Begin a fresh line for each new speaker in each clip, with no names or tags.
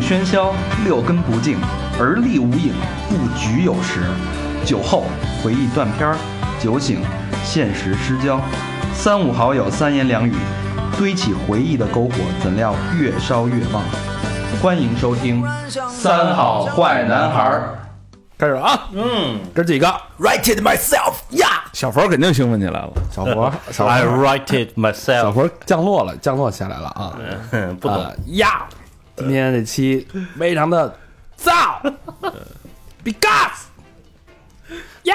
喧嚣，六根不净，而立无影，不局有时。酒后回忆断片儿，酒醒现实失焦。三五好友三言两语，堆起回忆的篝火，怎料越烧越旺。欢迎收听《三好坏男孩儿
开始啊，嗯，哥几个
Righted myself 呀、
小佛肯定兴奋起来了，哎
小佛，小
I
佛，
write it
小
myself，
佛降落了，降落下来了啊！
嗯， 不
啊
懂，
呀，
今天这期非常的燥 ，because 呀，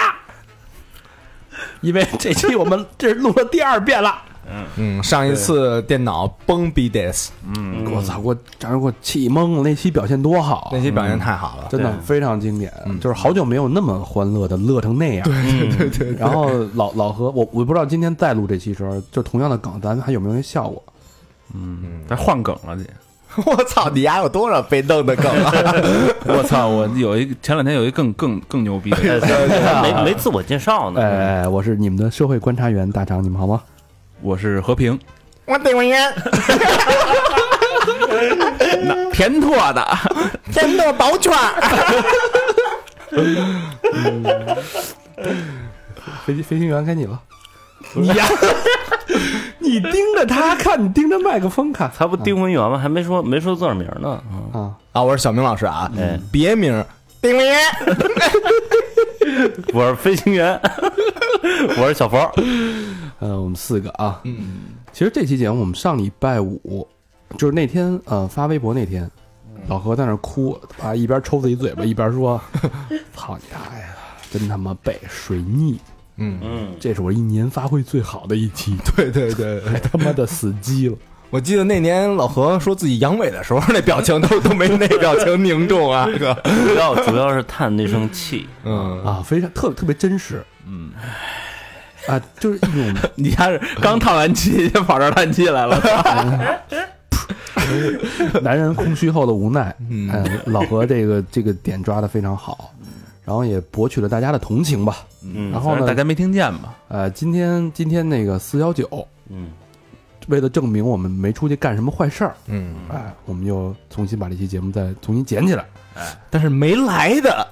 因为这期我们这是录了第二遍了。
嗯，上一次电脑崩逼 days
我操！给我当时给我气懵了，那期表现多好啊，
那期表现太好了，
真的非常经典，就是好久没有那么欢乐的乐成那样。对对对。然后老老何，我我不知道今天再录这期时候，就同样的梗，咱们还有没有效果？
咱换梗了得。
我操，你还有多少被弄的梗啊？
我操，我有一前两天有一更更更牛逼的，
没没自我介绍呢，
哎，我是你们的社会观察员大长，你们好吗？
我是和平，
我得我烟，
甜拓的，
真的保 全。
飞机飞行员该你了，你呀，你盯着他看，你盯着麦克风看
他不丁文元吗？还没说没说多少名呢，嗯
啊！
啊，我是小明老师啊
嗯，
别名丁文 烟，
我是飞行员， 我是小佛，
呃，我们四个啊，嗯，其实这期节目我们上礼拜五，就是那天呃发微博那天，老何在那儿哭啊，一边抽自己嘴巴一边说：“操你大爷，真他妈背水逆！
嗯，
这是我一年发挥最好的一期，
对对对，对
太他妈的死机了。
我记得那年老何说自己阳痿的时候，那表情都都没那表情凝重 啊，哥，
主要主要是叹那声气，
嗯，
啊，非常特特别真实，嗯，啊，就是一种
你家是刚烫完气就跑这儿叹气来了，
男人空虚后的无奈。
嗯
哎老何这个这个点抓的非常好，然后也博取了大家的同情吧。
嗯
然后
反正
呢
大，家没听见吧？
呃，今天今天那个四幺九，
嗯，
为了证明我们没出去干什么坏事儿，
嗯，
哎，我们又重新把这期节目再重新捡起来，
但是没来的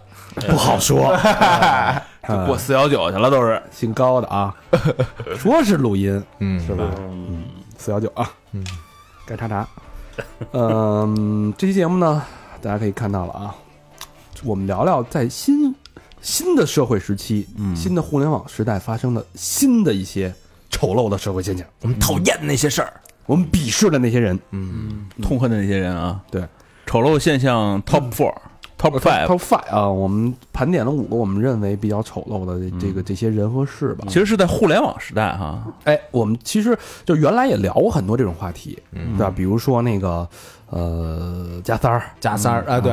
不好说。啊
就过四幺九去了都是，
姓高的啊，说是录音
嗯
是吧？
嗯
四幺九啊，嗯，该查查。 嗯，这期节目呢，大家可以看到了啊，我们聊聊在新新的社会时期、新的互联网时代发生的新的一些丑陋的社会现象，
我们讨厌那些事儿，
我们鄙视了那些人，嗯
痛恨的那些人啊，
对，
丑陋现象 top four，top five，
Top Five 啊，我们盘点了五个我们认为比较丑陋的这这个这些人和事吧。
其实是在互联网时代哈，
哎，我们其实就原来也聊过很多这种话题，对吧？比如说那个呃加塞儿，
加三儿啊，对，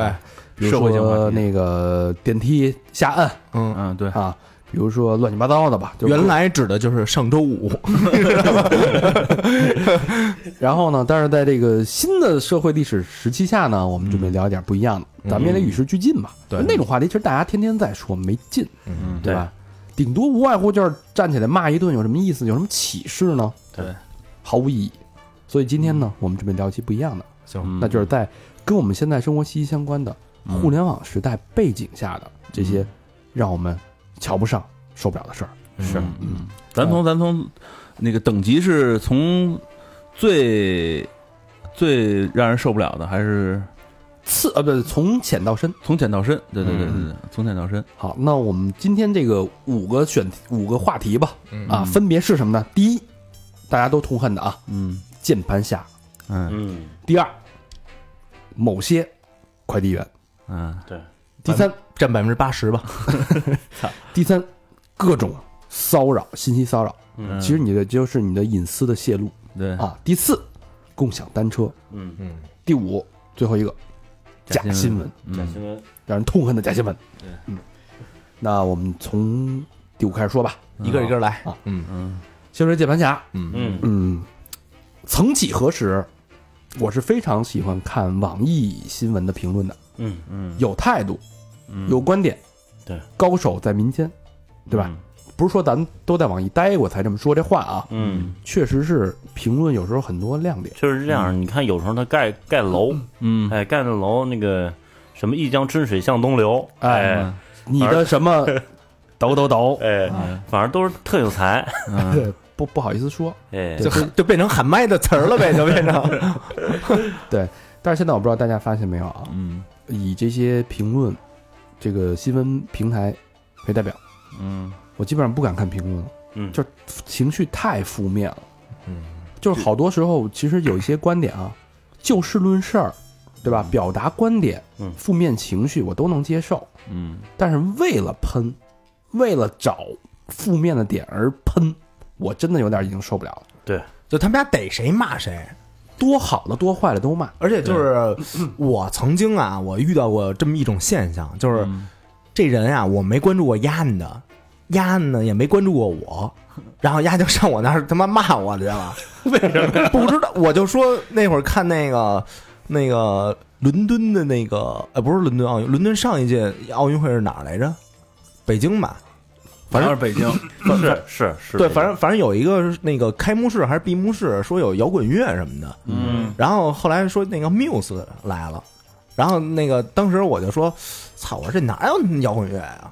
比
社
如
会性话
说
题
那个电梯下暗
嗯。
嗯，对，
啊，比如说乱七八糟的吧。就
原，来指的就是上周五，
然后呢，但是在这个新的社会历史时期下呢，我们准备聊一点不一样的，咱们也得与时俱进嘛。
对
那种话题其实大家天天在说，没劲，
嗯，
对吧？顶多无外乎就是站起来骂一顿，有什么意思？有什么启示呢？
对，
毫无意义。所以今天呢，我们准备聊一期不一样的，
嗯
行，
那就是在跟我们现在生活息息相关的互联网时代背景下的这些让我们瞧不上、受不了的事儿。
是，嗯，咱从咱从那个等级是从最最让人受不了的，还是
次呃，不是从浅到深。
从浅到深？对对对对对，从浅到深。
好，那我们今天这个五个选五个话题吧，啊，分别是什么呢？第一，大家都痛恨的啊，
嗯
键盘侠；
嗯
嗯，
第二，某些快递员；
嗯，
对，
第三，
占百分之八十吧。
第三，各种骚扰、信息骚扰，
嗯
其实你的就是你的隐私的泄露
对，
啊。第四，共享单车。
嗯
嗯，
第五，最后一个，假
假新
新
闻
闻，
贾嗯新闻，
让人痛恨的假新闻。对，嗯，那我们从第五开始说吧。
一个一个来
啊。
嗯，
先说键盘侠，
嗯
嗯，曾几何时，我是非常喜欢看网易新闻的评论的，
嗯嗯
有态度，有观点，
对，
高手在民间，对吧？不是说咱都在网易待过才这么说这话啊，
嗯，
确实是评论有时候很多亮点。
就是这样。你看，有时候他盖盖楼，
嗯，
哎，盖那楼那个什么“一江春水向东流”，哎
你的什么抖抖抖，
哎，反正都是特有才，
对不不好意思说，
哎，
就就变成喊麦的词儿了呗，就变 成
但是现在我不知道大家发现没有啊，
嗯
以这些评论这个新闻平台为代表，
嗯，
我基本上不敢看评论了，
嗯，
就情绪太负面了。
嗯，
就是好多时候其实有一些观点啊，就事论事儿，对吧？表达观点，
嗯
负面情绪我都能接受，
嗯，
但是为了喷，为了找负面的点而喷，我真的有点已经受不了了。
对，
就他们俩逮谁骂谁。
多好的多坏的都骂，
而且就是 我曾经啊，我遇到过这么一种现象，就是
嗯
这人啊，我没关注过丫的，丫呢也没关注过 我，然后丫就上我那儿他妈骂我去了， 为什么？不知道，我就说那会儿看那个那个伦敦的那个，呃，不是伦敦奥运，伦敦上一届奥运会是哪儿来着？北京吧，反正
是北京，
是是是，
对，反正反正有一个是那个开幕式还是闭幕式，说有摇滚乐什么的，
嗯
然后后来说那个 Muse 来了，然后那个当时我就说，操，我说这哪有摇滚乐呀、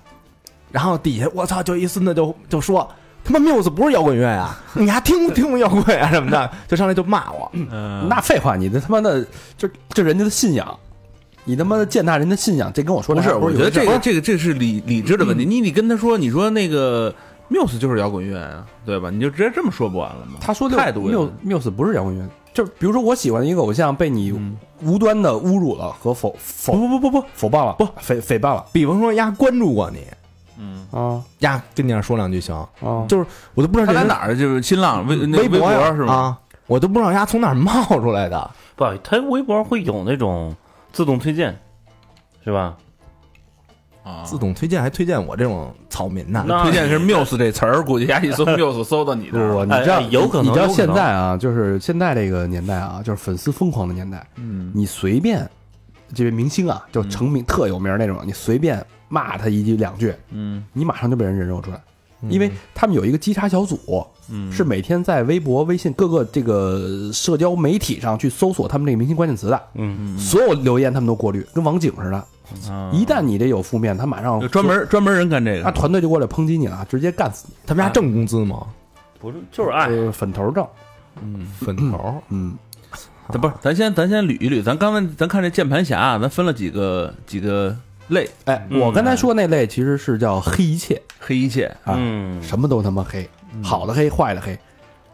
然后底下我操，就一孙子就就说。他妈 Muse 不是摇滚乐呀，你还听不听不摇滚啊什么的，就上来就 骂我。
嗯，
那废话，你这他妈的这这人家的信仰，你他妈的践踏人的信仰，这跟我说
不
的
是，
还
我
有
觉
一回
得
事
这
儿
个这个这是理理智的问题。你你跟他说，你说那个 Muse 就是摇滚乐啊，对吧？你就直接这么说不完了吗？
他说的
态度也
缪缪斯不是摇滚乐，就是比如说我喜欢的一个偶像被你无端的侮辱了和否否
嗯不不不不，
否谤了，
不
诽诽谤了
比方说丫关注过你，
嗯，
啊
丫跟你那说两句行，
啊！
就是我都不知道
他
这
在
人
哪儿？啊就是新浪微那
微
博
呀
是吗？啊
啊，我都不知道丫从哪儿冒出来的。
不，他微博会有那种自动推荐，是吧？
啊
自动推荐还推荐我这种草民呢。
那
推荐是 Muse 这词儿，估计丫一 搜 Muse 搜到你
不
这
是
儿
我，
了。
你知道
哎哎有可能
你知道
有可
现
能
在啊，就是现在这个年代啊，就是粉丝疯狂的年代，
嗯
你随便这位明星啊，就成名特有名那种，你随便骂他一句两句，
嗯
你马上就被人人肉出来，
嗯
因为他们有一个稽查小组，
嗯，
是每天在微博、微信各个这个社交媒体上去搜索他们这个明星关键词的，
嗯，
所有留言他们都过滤，跟网警似的。
啊
一旦你这有负面，他马上
有专门专门人干这
那
个，
团队就过来抨击你了，直接干死你。
他们家挣工资吗？
不是，就是爱，
呃，粉头症，
粉头，啊
嗯，
咱不是，咱先咱先捋一捋，咱刚才咱看这键盘侠啊，咱分了几个几个类，
哎，
嗯
我刚才说那类其实是叫黑一切，
黑一切，
啊
嗯，
什么都他妈黑，好的黑，坏的黑，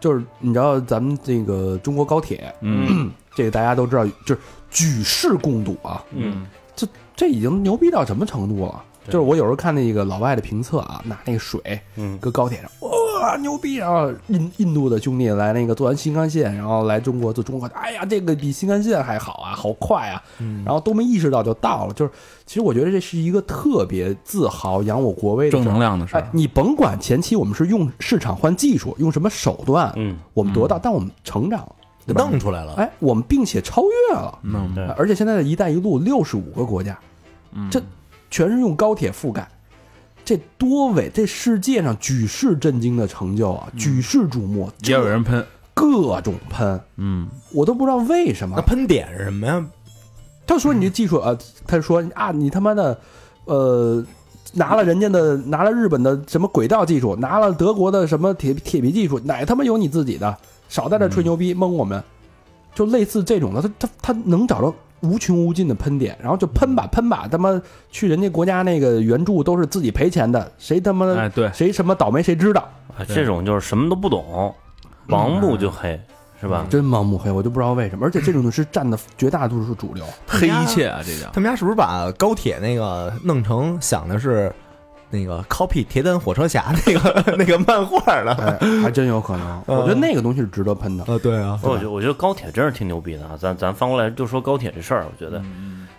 就是你知道咱们这个中国高铁，
嗯
这个大家都知道，就是举世共睹啊，
嗯
这已经牛逼到什么程度了？
对
就是我有时候看那个老外的评测啊，拿那个水
嗯，
搁高铁上，哇、牛逼！然后印印度的兄弟来那个坐完新干线，然后来中国坐中国，哎呀，这个比新干线还好啊，好快啊！
嗯
然后都没意识到就到了，就是其实我觉得这是一个特别自豪、扬我国威的
正
事儿
能。量的事儿
哎，，你甭管前期我们是用市场换技术，用什么手段，
嗯，
我们得到，但我们成长了，对吧？
弄出来了。
哎，我们并且超越了，
嗯
对，
而且现在的一带一路六十五个国家，
嗯
这全是用高铁覆盖，这多伟，这世界上举世震惊的成就啊，举世瞩目，
也有人喷，
各种喷，
嗯
我都不知道为什
那
么。
喷点是什么呀？
他说你这技术啊，他说啊，你他妈的，呃。拿了人家的，拿了日本的什么轨道技术，拿了德国的什么铁铁皮技术，哪他妈有你自己的？少在这吹牛逼蒙我们，就类似这种的，他他他能找着无穷无尽的喷点，然后就喷吧喷吧，他妈去人家国家那个援助都是自己赔钱的，谁他妈、
哎对
谁什么倒霉谁知道，
啊这种就是什么都不懂，
嗯
盲目就黑，是吧？
真盲目黑，我就不知道为什么，而且这种的是占的绝大多数主流，
黑一切啊，这叫
他们家是不是把高铁那个弄成想的是那个 copy 铁胆火车侠那个 那个漫画了？
哎，还真有可能，我觉得那个东西是值得喷的，
呃，对啊
哦我觉得我觉得高铁真是挺牛逼的啊！咱咱翻过来就说高铁这事儿，我
嗯
觉得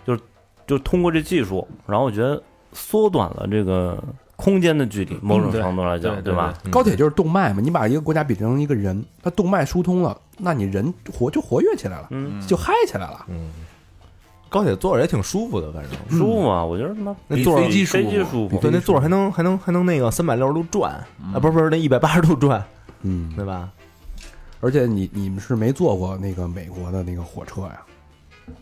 就是就通过这技术，然后我觉得缩短了这个空间的距离，某
嗯
种
对
程度来讲，
对
对吧？
高铁就是动脉嘛，你把一个国家比成一个人，它动脉疏通了，那你人活就活跃起来了，
嗯
就嗨起来了。
嗯，高铁坐着也挺舒服的，反正
舒服
嗯
啊，我觉得他妈
那
比
座儿
飞机舒
飞机
服，
舒服
对，那座儿还能还能还能那个三百六十度转啊，不是不是那一百八十度转，
嗯，
对吧？
而且你你们是没坐过那个美国的那个火车呀，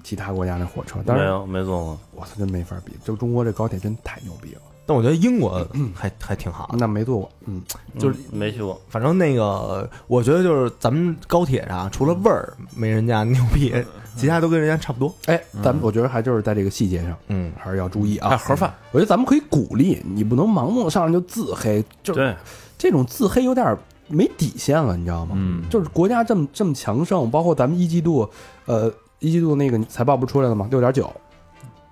其他国家那火车，当
没
然，
有没坐过，
我操，真没法比，就中国这高铁真太牛逼了，
但我觉得英国还还挺好的，
那没坐过，嗯，
就是
嗯没去过，
反正那个我觉得就是咱们高铁上除了味儿没人家牛逼，其他都跟人家差不多。
哎，咱们我觉得还就是在这个细节上。
嗯，
还是要注意啊！
哎，盒饭，
我觉得咱们可以鼓励你，不能盲目上来就自黑，就是
对，
这种自黑有点没底线了，你知道吗？
嗯
就是国家这么这么强盛，包括咱们一季度，呃，一季度那个财报不出来了吗？六点九，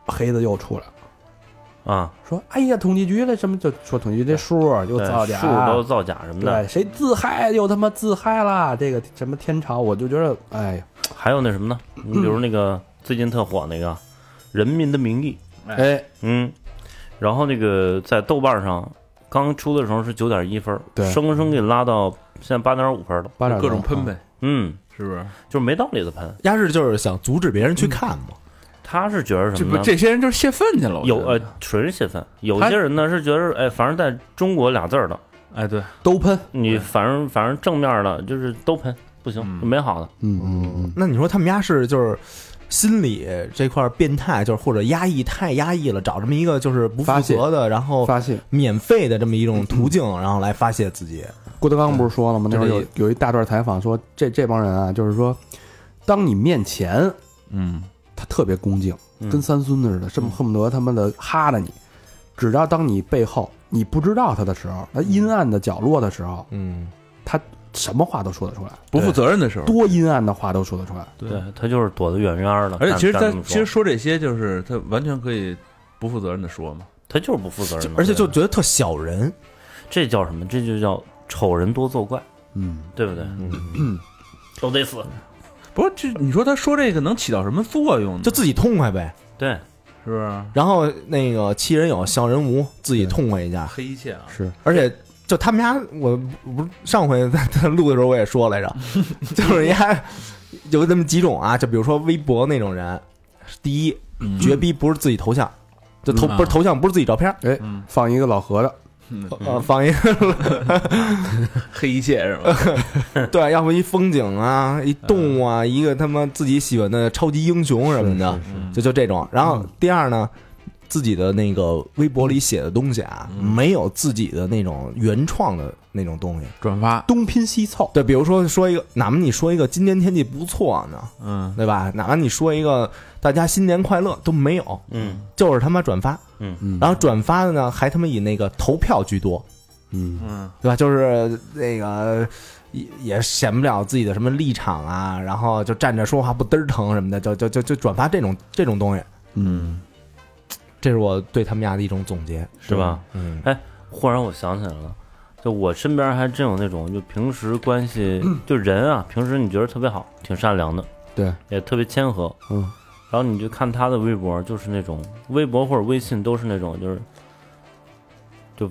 黑子又出来了，
啊，
说哎呀，统计局的什么就说统计局这数儿又
对
造
数都
假，
造假什么的
对，，谁自嗨又他妈自嗨啦，这个什么天朝，我就觉得哎呀，
还有那什么呢？
嗯
你比如那个最近特火那个《人民的名义》，
哎，
嗯，然后那个在豆瓣上刚出的时候是九点一分，
对
生生给拉到现在八点五分了，
八点
各种喷，呗，
嗯，
是不是？
就是没道理的喷。
压制就是想阻止别人去看嘛。
嗯
他是觉得
这
什么
不
呢？
这些人就是泄愤去了，我
有
觉
呃
得，
纯是泄愤。有
他
些人呢是觉得，哎，反正在中国俩字儿的，
哎对，
嗯都喷，
你
对
反正反正正面的，就是都喷，不行，
嗯
没好的。
嗯嗯嗯，
那你说他们家是就是心理这块儿变态，就是或者压抑太压抑了，找这么一个就是不
发
负
泄
责的，然后
嗯发现
免费的这么一种途径，然后来发泄自己。
郭德纲不是说了吗？那
就
会
是
儿有有一大段采访说，这这帮人啊，就是说，当你面前
嗯，
他特别恭敬，
嗯
跟三孙子似的，这么恨不得他妈的哈着你。只要当你背后你不知道他的时候，他阴暗的角落的时候，
嗯，
什么话都说得出来，
不负责任的时候，
多阴暗的话都说得出来。
对
对他就是躲得远远的。
而且其实他
咱咱这么
其
说
实说这些，就是他完全可以不负责任的说嘛，
他就是不负责任嘛，
而且就
对
觉得特小人。
这叫什么？这就叫丑人多作怪，
嗯，
对不对？ 都得死。
不是这你说他说这个能起到什么作用呢？
就自己痛快呗，
对，
是不是
然后那个欺人有笑人无，自己痛快一下。
黑一切啊？
是
而且就他们家，我不是上回在在录的时候我也 说来着，就是人家有那么几种啊，就比如说微博那种人，第一
嗯
绝逼不是自己头像，就头
嗯
不是头像不是自己照片，
哎，
嗯，
放一个老何的，
呃，放一
黑一切是吧？
对，要不一风景啊，一动物啊，一个他妈自己喜欢的超级英雄什么的，
嗯
就就这种。然后第二呢，自己的那个微博里写的东西啊，
嗯
没有自己的那种原创的那种东西。
转发，
东拼西凑，
对，比如说说一个，哪怕你说一个今天天气不错呢，
嗯，
对吧？哪怕你说一个大家新年快乐都没有，
嗯
就是他妈转发，
嗯，
嗯
然后转发的呢还他妈以那个投票居多，
嗯
嗯，
对吧？就是那个也也显不了自己的什么立场啊，然后就站着说话不嘚儿疼什么的，就就就就转发这种这种东西，
嗯，
这是我对他们家的一种总结。
是吧？
嗯，
忽然我想起来了，就我身边还真有那种，就平时关系，就人啊，平时你觉得特别好，挺善良的，
对，
也特别谦和，
嗯，
然后你就看他的微博，就是那种微博或者微信都是那种，就是就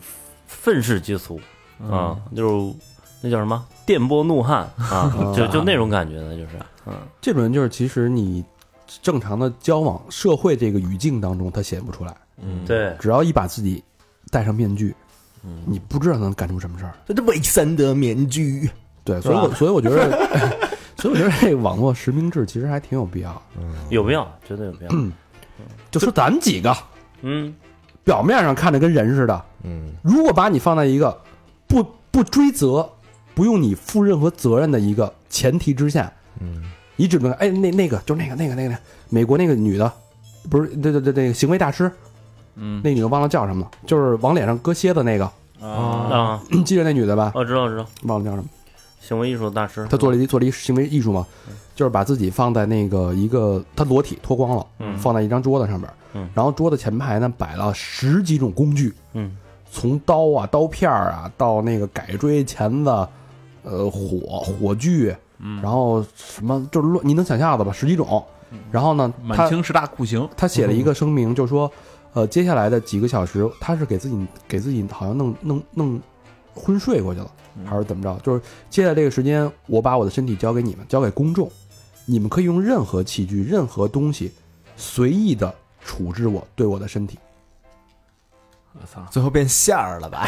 愤世嫉俗
嗯
啊，就是那叫什么电波怒汉啊， 就就那种感觉的，就是，嗯，
这种人就是其实你正常的交往社会这个语境当中他显不出来，
嗯，
对，
只要一把自己戴上面具，你不知道能干出什么事儿。
这是伪三德面具。
对，
是
所以我
吧
所以我觉得， 所以我觉得这网络实名制其实还挺有必要的。
有必要，绝对有必要，
就说咱们几个
嗯，
表面上看着跟人似的，
嗯，
如果把你放在一个不不追责、不用你负任何责任的一个前提之下，
嗯，
你只能哎那那个就是那个那个那个那个美国那个女的，不是对对对那个行为大师，
嗯
那女的忘了叫什么了，就是往脸上割蝎子那个，
啊，
啊，
你记得那女的吧？
哦，知道知道，
忘了叫什么，
行为艺术大师，
她做了一做了一行为艺术嘛，
嗯
就是把自己放在那个一个她裸体脱光了。
嗯
放在一张桌子上边儿，
嗯
然后桌子前排呢摆了十几种工具，
嗯
从刀啊、刀片儿啊，到那个改锥、钳子，呃，火火炬，
嗯
然后什么就是乱，你能想象的吧，十几种。然后呢，
满
他
清十大酷刑，
他写了一个声明，就说，呃，接下来的几个小时，他是给自己给自己好像弄弄弄昏睡过去了，
嗯
还是怎么着？就是接下来这个时间，我把我的身体交给你们，交给公众，你们可以用任何器具、任何东西随意的处置我对我的身体。
我操，
最后变馅儿了吧？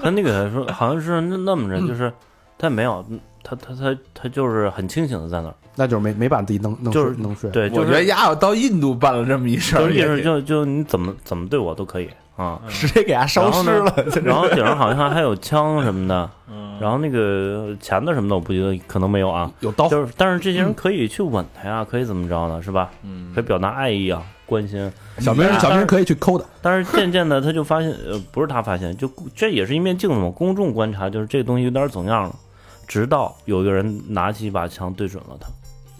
他那个说好像是那那么着，就是他没有，他他他他就是很清醒的在那儿，
那就是没没把自己弄弄
就是
睡弄睡，
对，就
我觉得
是
丫要到印度办了这么一事
就
儿
是
也
意
挺，
思就就你怎么怎么对我都可以啊。
直接给它烧
然后
湿
呢
了，就是
然后顶上好像还有枪什么的，
嗯
然后那个钳子什么的，我不觉得可能没有啊。
有
哦
刀
就是，但是这些人可以去吻他呀，可以怎么着呢？是吧？
嗯
可以表达爱意啊，关心。
小明
嗯
小明可以去抠的，
但是渐渐的，他就发现，呃，不是他发现，就这也是一面镜子嘛。公众观察就是这个东西有点走样了，直到有一个人拿起一把枪对准了他。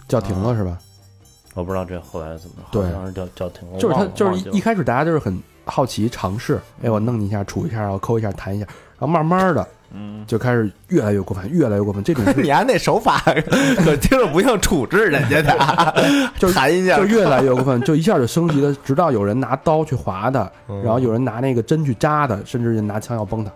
叫停了是吧？
我不知道这后来怎么着，
对
好像是叫叫停了，
就是
我
他
忘了
就是
忘记了
一一开始大家就是很好奇尝试，哎，我弄你一下，杵一下，然后抠一下，弹一下，然后慢慢的
嗯，
就开始越来越过分，越来越过分。这种是
你按那手法可听着不像处置人家的，
就是
弹一下
就，越来越过分，就一下就升级了，直到有人拿刀去划他，
嗯
然后有人拿那个针去扎他，甚至就拿枪要崩他。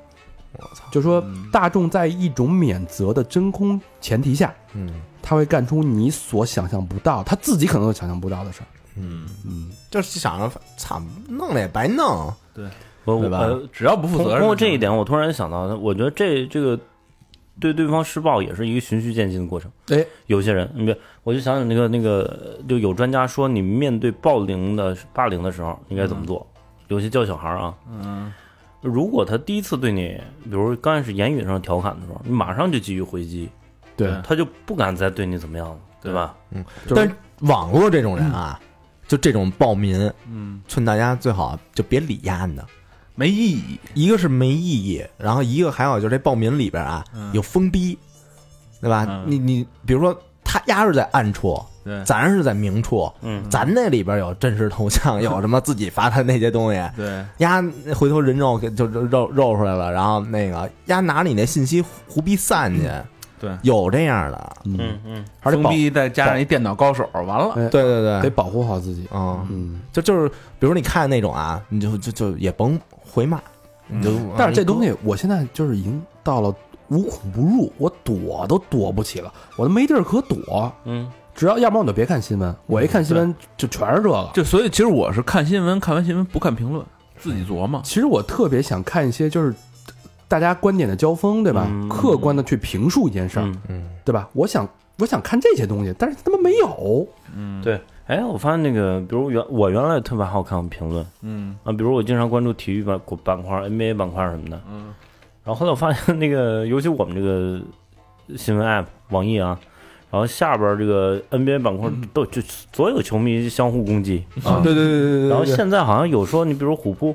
我操，
就说
嗯
大众在一种免责的真空前提下，
嗯
他会干出你所想象不到，他自己可能都想象不到的事儿。
嗯，
嗯，
就是想着操，弄了也白弄，
我
对
我
吧
呃
只要不负
通
责任，
通过这一，点，我突然想到，我觉得这这个对对方施暴也是一个循序渐进的过程。
哎，
有些人，你别，我就想想那个那个，就有专家说，你面对暴凌的霸凌的时候应该怎么做，尤其教小孩儿啊。
嗯，
如果他第一次对你，比如刚开始言语上调侃的时候，你马上就给予回击，
对
对
他就不敢再对你怎么样了，对吧？
就是嗯
但是网络这种人啊，就这种暴民，
嗯，
劝大家最好就别理丫的。
没意义，
一个是没意义，然后一个还有就是这暴民里边啊、
嗯
有疯逼，对吧？
嗯
你你比如说他丫是在暗处，
对，
嗯
咱是在明处，
嗯，
咱那里边有真实头像，有什么自己发的那些东西，
对，
丫回头人肉给就就肉肉出来了，然后那个丫拿你那信息胡逼散去，
对
有这样的，
嗯嗯，
而且
封
保
闭再加上一电脑高手，完了，
哎
对对
得
对，
保护好自己。
嗯，
嗯，
就就是比如你看那种啊，你就就就也甭回骂，你就、
啊
但是这东西我现在就是已经到了无孔不入，我躲都躲不起了，我都没地儿可躲。
嗯，
只要要不然我就别看新闻，我一看新闻就全是这个。
嗯就所以其实我是看新闻，看完新闻不看评论，自己琢磨，
其实我特别想看一些就是大家观点的交锋，对吧？
嗯
客观的去评述一件事儿，
嗯
嗯
对吧？我想我想看这些东西，但是他妈没有。
嗯，，
对。哎，我发现那个，比如原我原来特别好看评论，
嗯
啊，比如我经常关注体育板板块、NBA 板块什么的，
嗯，
然后后来我发现那个，尤其我们这个新闻 app 网易啊，然后下边这个 NBA 板块都就所有球迷相互攻击，
啊，嗯对对对对
然后现在好像有说你比如虎扑，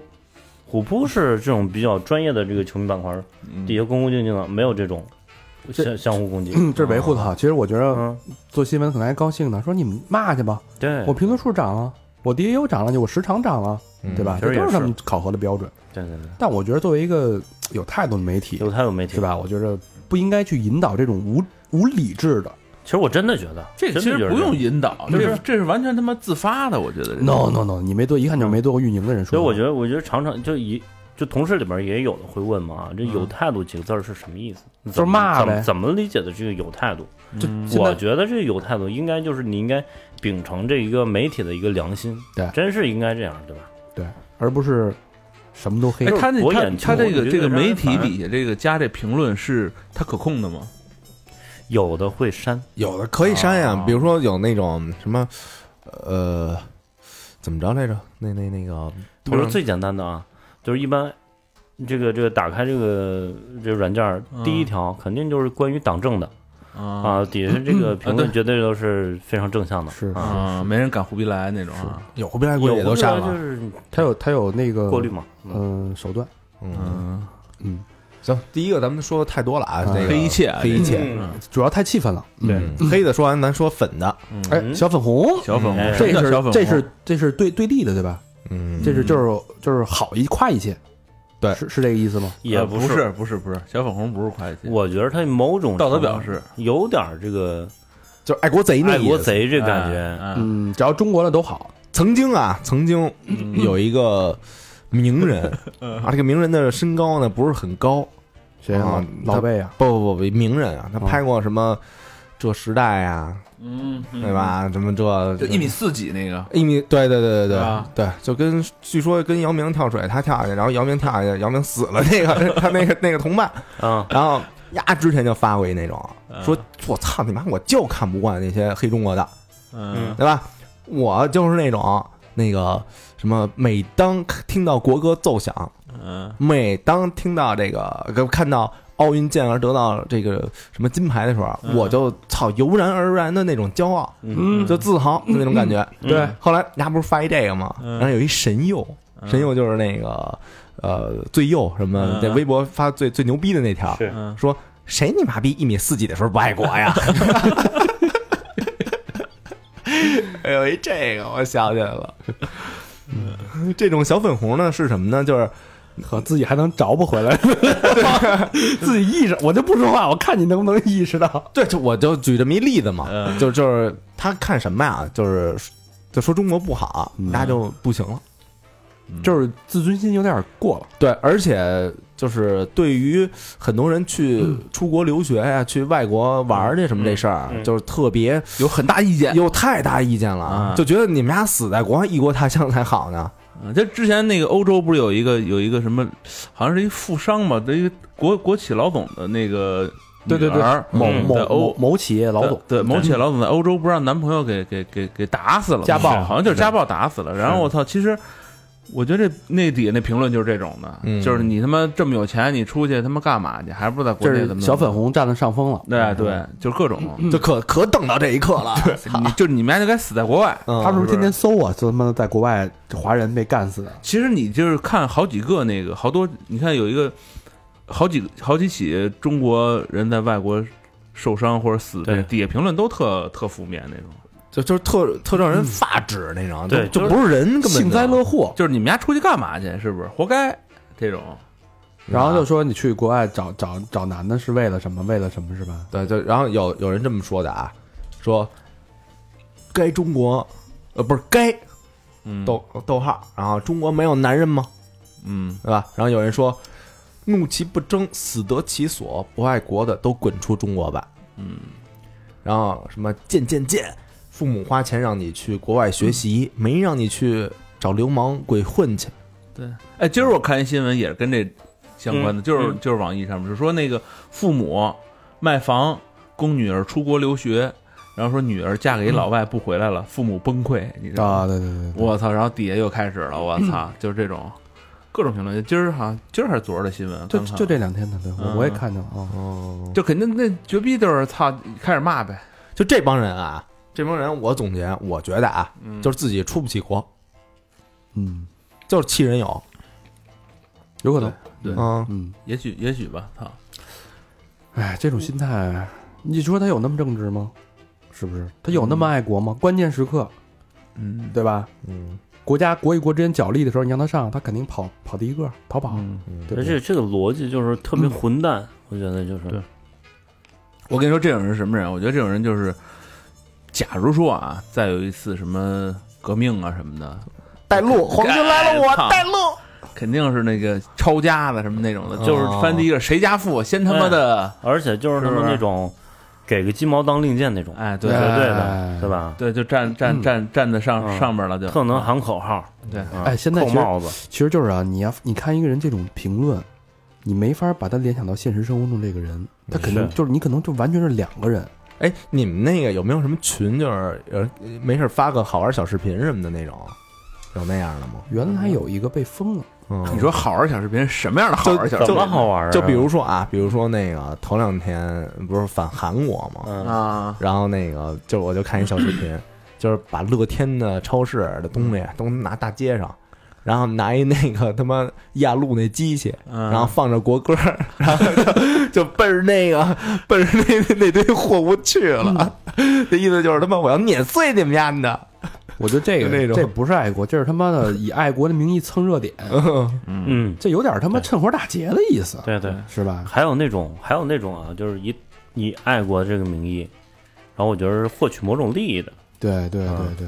虎扑是这种比较专业的这个球迷板块，
嗯
底下恭恭敬敬的，没有这种
这
相相互攻击，
嗯，这是维护的好。其实我觉得
嗯，
做新闻可能还高兴呢，说你们骂去吧，
哎
对，
我评论数涨了，我 DAU 涨了，我时长涨了，
嗯
对吧？这
其实也
都是他
是
们考核的标准。
对对对，
但我觉得作为一个有态度的媒体，
有他有媒体
是？吧？我觉得不应该去引导这种无无理智的。
其实我真的觉得，
这
真的
其
觉
实
得
不
这
用
样
引导，这是这是完全他妈自发的，我觉得
No no no，你没做，一看就是没做过运营的人说。
所以嗯我觉得，我觉得常常就一就同事里边也有的会问嘛，啊，这
嗯
“有态度”几个字儿是什么意思？就是
骂
怎
呗
么怎么理解的这个有态度？
就现
我
在
觉得这个有态度应该就是你应该秉承这一个媒体的一个良心，
对
真是应该这样，对吧？
对，而不是什么都黑
哎，。他那
博
他
眼球
他这
我
个
觉得
这个
让人
媒体
反而
底下这个加这评论是他可控的吗？
有的会删，
有的可以删呀、
啊
比如说有那种什么，呃，怎么着来着？那那那个，
比如最简单的啊，就是一般这个这个打开这个这个软件儿，
嗯
第一条肯定就是关于党政的
啊
啊，底下这个评
对
论绝对都是非常正向的。
是
啊，没人敢胡逼来那种啊，
有回不来
有
也都
的
删
就
了。
是
他有他有那个
过滤嘛，嗯
嗯手段，
嗯，
嗯，
嗯，
行，第一个咱们说的太多了啊，
嗯
这个
黑一切啊
黑一切。嗯
嗯
主要太气愤了。嗯
对，黑的说完，咱说粉的。
哎，
嗯
小粉红，
小粉红
哎，
这
什
是
么叫嗯小粉红
这是这是对对立的对吧？
嗯，
这是就是就是好一快一些，
对
是是这个意思吗？嗯
也
呃
不
不是不是不是小粉红不是会计，
我觉得他某种
道德
程度
表示
有点儿这个
就是爱国贼那
爱
意
国
思。
贼这感
哎
觉，
哎
嗯，只要中国的都好，
曾经啊，曾经
嗯
有一个名人 啊，这个名人的身高呢不是很高，
谁啊
嗯？
老贝啊，
哦
不不不，名人啊，他
嗯
拍过什么《这时代啊，
嗯，
对？吧？什么这
就一米四几那个，
一米，对对对对对、
啊
对，就跟据说跟姚明跳水，他跳下去，然后姚明跳下去，姚明死了，那 个他那个那个同伴，
啊，
然后呀之前就发过一那种
嗯
说，我操你妈，我就看不惯那些黑中国的，
嗯
对吧？我就是那种那个什么，每当听到国歌奏响，
嗯
每当听到这个看到奥运健儿得到这个什么金牌的时候，
嗯
我就操油然而然的那种骄傲，
嗯
就自豪的那种感觉。
对，
后来丫不是发一这个吗？
嗯
然后有一神佑，
嗯
神佑就是那个呃最右什么
嗯，
在微博发最最牛逼的那条，
是
嗯
说谁你妈逼一米四几的时候不爱国呀？ 哎呦，一这个我想起来了。嗯这种小粉红呢是什么呢？就是
可自己还能找不回来， 自己意识，我就不说话，我看你能不能意识到。
对，就我就举这么一例子嘛，
嗯
就就是他看什么呀？就是就说中国不好，
嗯
那就不行了。
就是自尊心有点过了，
对，而且就是对于很多人去出国留学呀、去外国玩儿去什么这事儿，
嗯嗯
就是特别
有很大意见。
有太大意见了，
啊
就觉得你们家死在国外异国他乡才好呢。
嗯，这之前那个欧洲不是有一个有一个什么，好像是一富商吧，的一个国国企老总的那个
对对对
女儿
某
嗯
某
在
某
欧
某企业老总
在对某企业老总在欧洲不让男朋友给给给给打死了，
家暴
好像就是家暴打死了。然后我操，其实我觉得这那底下那评论就是这种的，
嗯
就是你他妈这么有钱，你出去他妈干嘛去？还不如在国
这
内怎
是
么
小粉？红占嗯了上风了。
对对，就是各种，
就可可等到这一刻了。
你就是你们家就该死在国外。
嗯
他们是不是天天搜啊？就他妈的在国外华人被干死的，
其实你就是看好几个那个，好多你看有一个好几好几起中国人在外国受伤或者死的，
对
底下评论都特特负面那种，
就就是特
嗯
特让人发指那种，
对
就就
就
是不是人，根本就
幸灾乐祸。
就是你们家出去干嘛去？是不是活该？这种
嗯
嗯
然
啊
后就说你去国外找找找男的是为了什么？为了什么是吧？
对，就然后有有人这么说的啊，说该中国，呃，不是该
嗯
逗逗号，然后中国没有男人吗？
嗯
对吧？然后有人说，怒其不争，死得其所，不爱国的都滚出中国吧。
嗯，
然后什么贱贱贱，父母花钱让你去国外学习，
嗯
没让你去找流氓鬼混去。
对。哎，今儿我看一新闻也是跟这相
嗯
关的，就是就是网易上面是说那个父母卖房供女儿出国留学，然后说女儿嫁给一老外不回来了，父母崩溃，你知道
嗯
吗？
啊，对对对对，
我操！然后底下又开始了，我 操！就是这种各种评论。今儿好像今儿还是昨儿的新闻，
就
刚看
就这两天的，对，我
嗯
我也看见了啊。
哦，
就肯定那绝逼就是操，开始骂呗。
就这帮人啊，这帮人，我总结，我觉得啊，
嗯
就是自己出不起国，
嗯，
就是气人有。
有可能。
对，
嗯，
嗯，
也许也许吧，操，
哎，这种心态，你说他有那么正直吗？是不是？他有那么爱国吗？关键时刻，
嗯
嗯对吧？
嗯
国家国与国之间角力的时候，你让他上，他肯定跑跑第一个，逃跑。
嗯，
嗯，
对不
而且
对，
这个逻辑就是特别混蛋，我觉得就是
对我跟你说，这种人是什么人？我觉得这种人就是，假如说啊，再有一次什么革命啊什么的，
哦
带路，皇军来了，
哎
我
操
带路。
肯定是那个抄家的什么那种的，就是
哦
翻第一个谁家富，先他妈的，
而且就是他
是不
们
是
那种给个鸡毛当令箭那种，
哎，
绝
对
对
对
的
哎，
对吧？
对，就站站站站在上
嗯
上面了，就啊
特能喊口号，
对
嗯
哎现在
扣
其实
帽子，
其实就是啊，你要你看一个人这种评论，你没法把他联想到现实生活中这个人，他肯定
是
就是你可能就完全是两个人。
哎，你们那个有没有什么群，就是呃没事发个好玩小视频什么的那种，有那样的吗？
原
嗯
来有一个被封了，
嗯，
你说好玩小视频什么样的好玩小视频
怎么好玩啊？
就比如说啊，比如说那个头两天不是反韩国嘛，
嗯，
啊？
然后那个就我就看一小视频， 就是把乐天的超市的东西都拿大街上，然后拿一那个他妈压路那机器，
然
然后放着国歌，然后就就奔着那个奔着那那堆货物去了。 那意思就是他妈我要碾碎你们家的。
我觉得这
就那
个
种
这不是爱国，这是他妈的以爱国的名义蹭热点，
嗯，
这有点他妈趁火打劫的意思，
对对，
是吧？
还有那种，还有那种啊，就是以以爱国这个名义，然后我觉得是获取某种利益的。
对对
嗯
对对，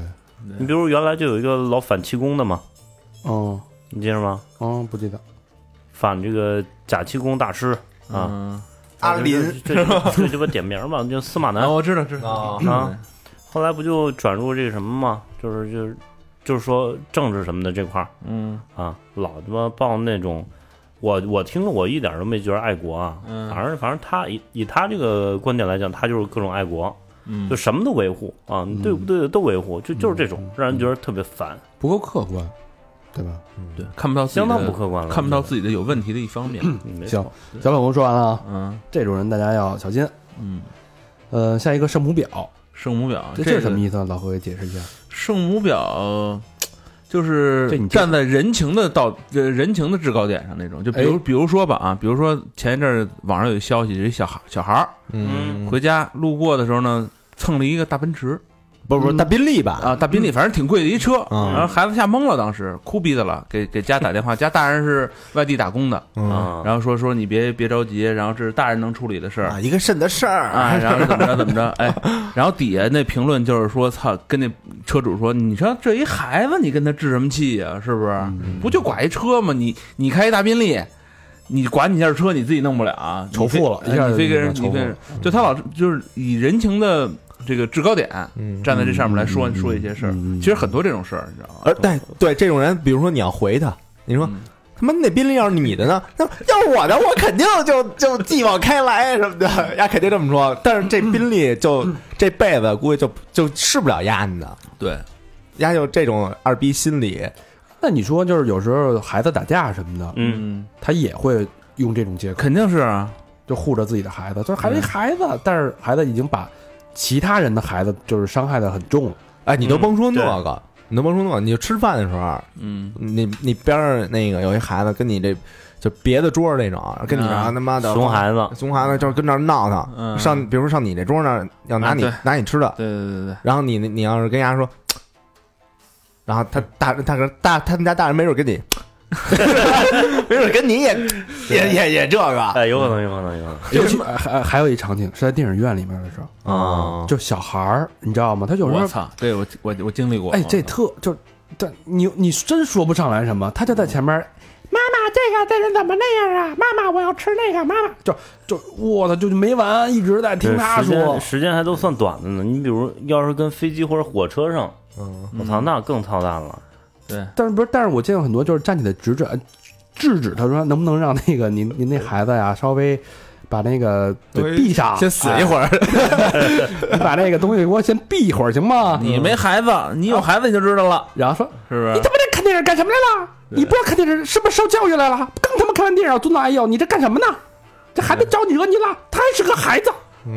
你比如原来就有一个老反气功的嘛，
哦
你记着吗？
嗯哦，不记得，
反这个假气功大师啊，
嗯
阿林，
这这鸡巴点名嘛，就司 马
啊，
南
我知道，知道
啊
啊。后来不就转入这个什么嘛，就是就是就是说政治什么的这块儿
嗯
啊，老他妈抱那种，我我听着我一点都没觉得爱国啊，
嗯
反正反正他以以他这个观点来讲，他就是各种爱国，
嗯
就，什么都维护啊，你对不对的都维护，就就是这种让人觉得特别烦，
嗯
不够客观，对吧？
对，看不到自己的
相当不客观了，
看不到自己的有问题的一方 面。
没
行，小粉红说完了啊，
嗯
这种人大家要小心。
嗯，
呃，下一个圣母
啊
婊，
圣母婊，
这
这
是什么意思呢？老何给解释一下。
圣母婊就是
这你这
站在人情的道呃人情的制高点上那种，就比如
哎
比如说吧啊，比如说前一阵儿网上有消息，有一小孩小孩儿
嗯，
回家路过的时候呢，蹭了一个大奔驰
不是不是大宾利吧？
啊，大宾利，反正挺贵的一车，
嗯
然后孩子吓懵了，当时哭鼻子了，给给家打电话，家大人是外地打工的，
嗯
啊，
然后说说你别别着急，然后这是大人能处理的事儿，
啊，一个肾的事儿
啊，然后怎么着怎么着，哎，然后底下那评论就是说，操，跟那车主说，你说这一孩子，你跟他置什么气呀、是不是？
嗯
不就剐一车吗？你你开一大宾利，你剐你一下车，你自己弄不了，
仇富了
你非
一下
哎你非跟
就
人，
仇
你
富
非
了
就他老就是以人情的这个制高点
嗯
站在这上面来说说一些事儿，
嗯嗯嗯呃
其实很多这种事儿，你知道吗？
而呃但对这种人，比如说你要回他，你说。
嗯
他妈那宾利要是你的呢？那要是我的，我肯定就就继往开来啊什么的，丫肯定这么说。但是这宾利就这辈子估计就就试不了丫的，
对，
丫就这种二逼心理，
那你说，就是有时候孩子打架什么的，
嗯，
嗯，
他也会用这种借口，
肯定是啊，
就护着自己的孩子，就是还有一
嗯
孩子，但是孩子已经把其他人的孩子就是伤害的很重了。
哎，你都
嗯
甭说那个，你都甭说那个，你就吃饭的时候，
嗯，
你你边上那个有一孩子跟你这就别的桌儿那种，跟你这
啊
他妈的
熊孩子，
熊孩子就是跟那儿闹腾，
嗯
上比如上你这桌那儿要拿
啊
你、
对
拿你吃的，
对对对对，
然后你你要是跟人家说，然后他大大哥大他们家大人没准跟你， 没准跟你也也也也这个啊
哎，有可能，有可能，有可能，
尤其呃还还有一场景是在电影院里面的时候，
啊
就小孩儿，你知道吗？他有时
我
候，
操，这我我我经历过，
哎，这特就，但你你真说不上来什么，他就在前面。妈妈，这个这人怎么那样啊？妈妈，我要吃那个。妈妈就就我操，就没完，一直在听他
时
说
间。时间还都算短的呢。你比如要是跟飞机或者火车上，
嗯
我操，那更操蛋了。
对，
但是不是？但是我见过很多就是站起来指指制止他说，能不能让那个您您那孩子呀稍微把那个嘴闭
啊
上，
先死一会儿，
哎，把那个东西给我先闭一会儿行吗？
你啊没孩子，你有孩子你就知道了，
然后说
是不是
你？他妈这看电影干什么来了？你不知道看电影是不是受教育来了？刚他妈看完电影，尊老爱哎幼，你这干什么呢？这孩子招你惹你了，他还是个孩子，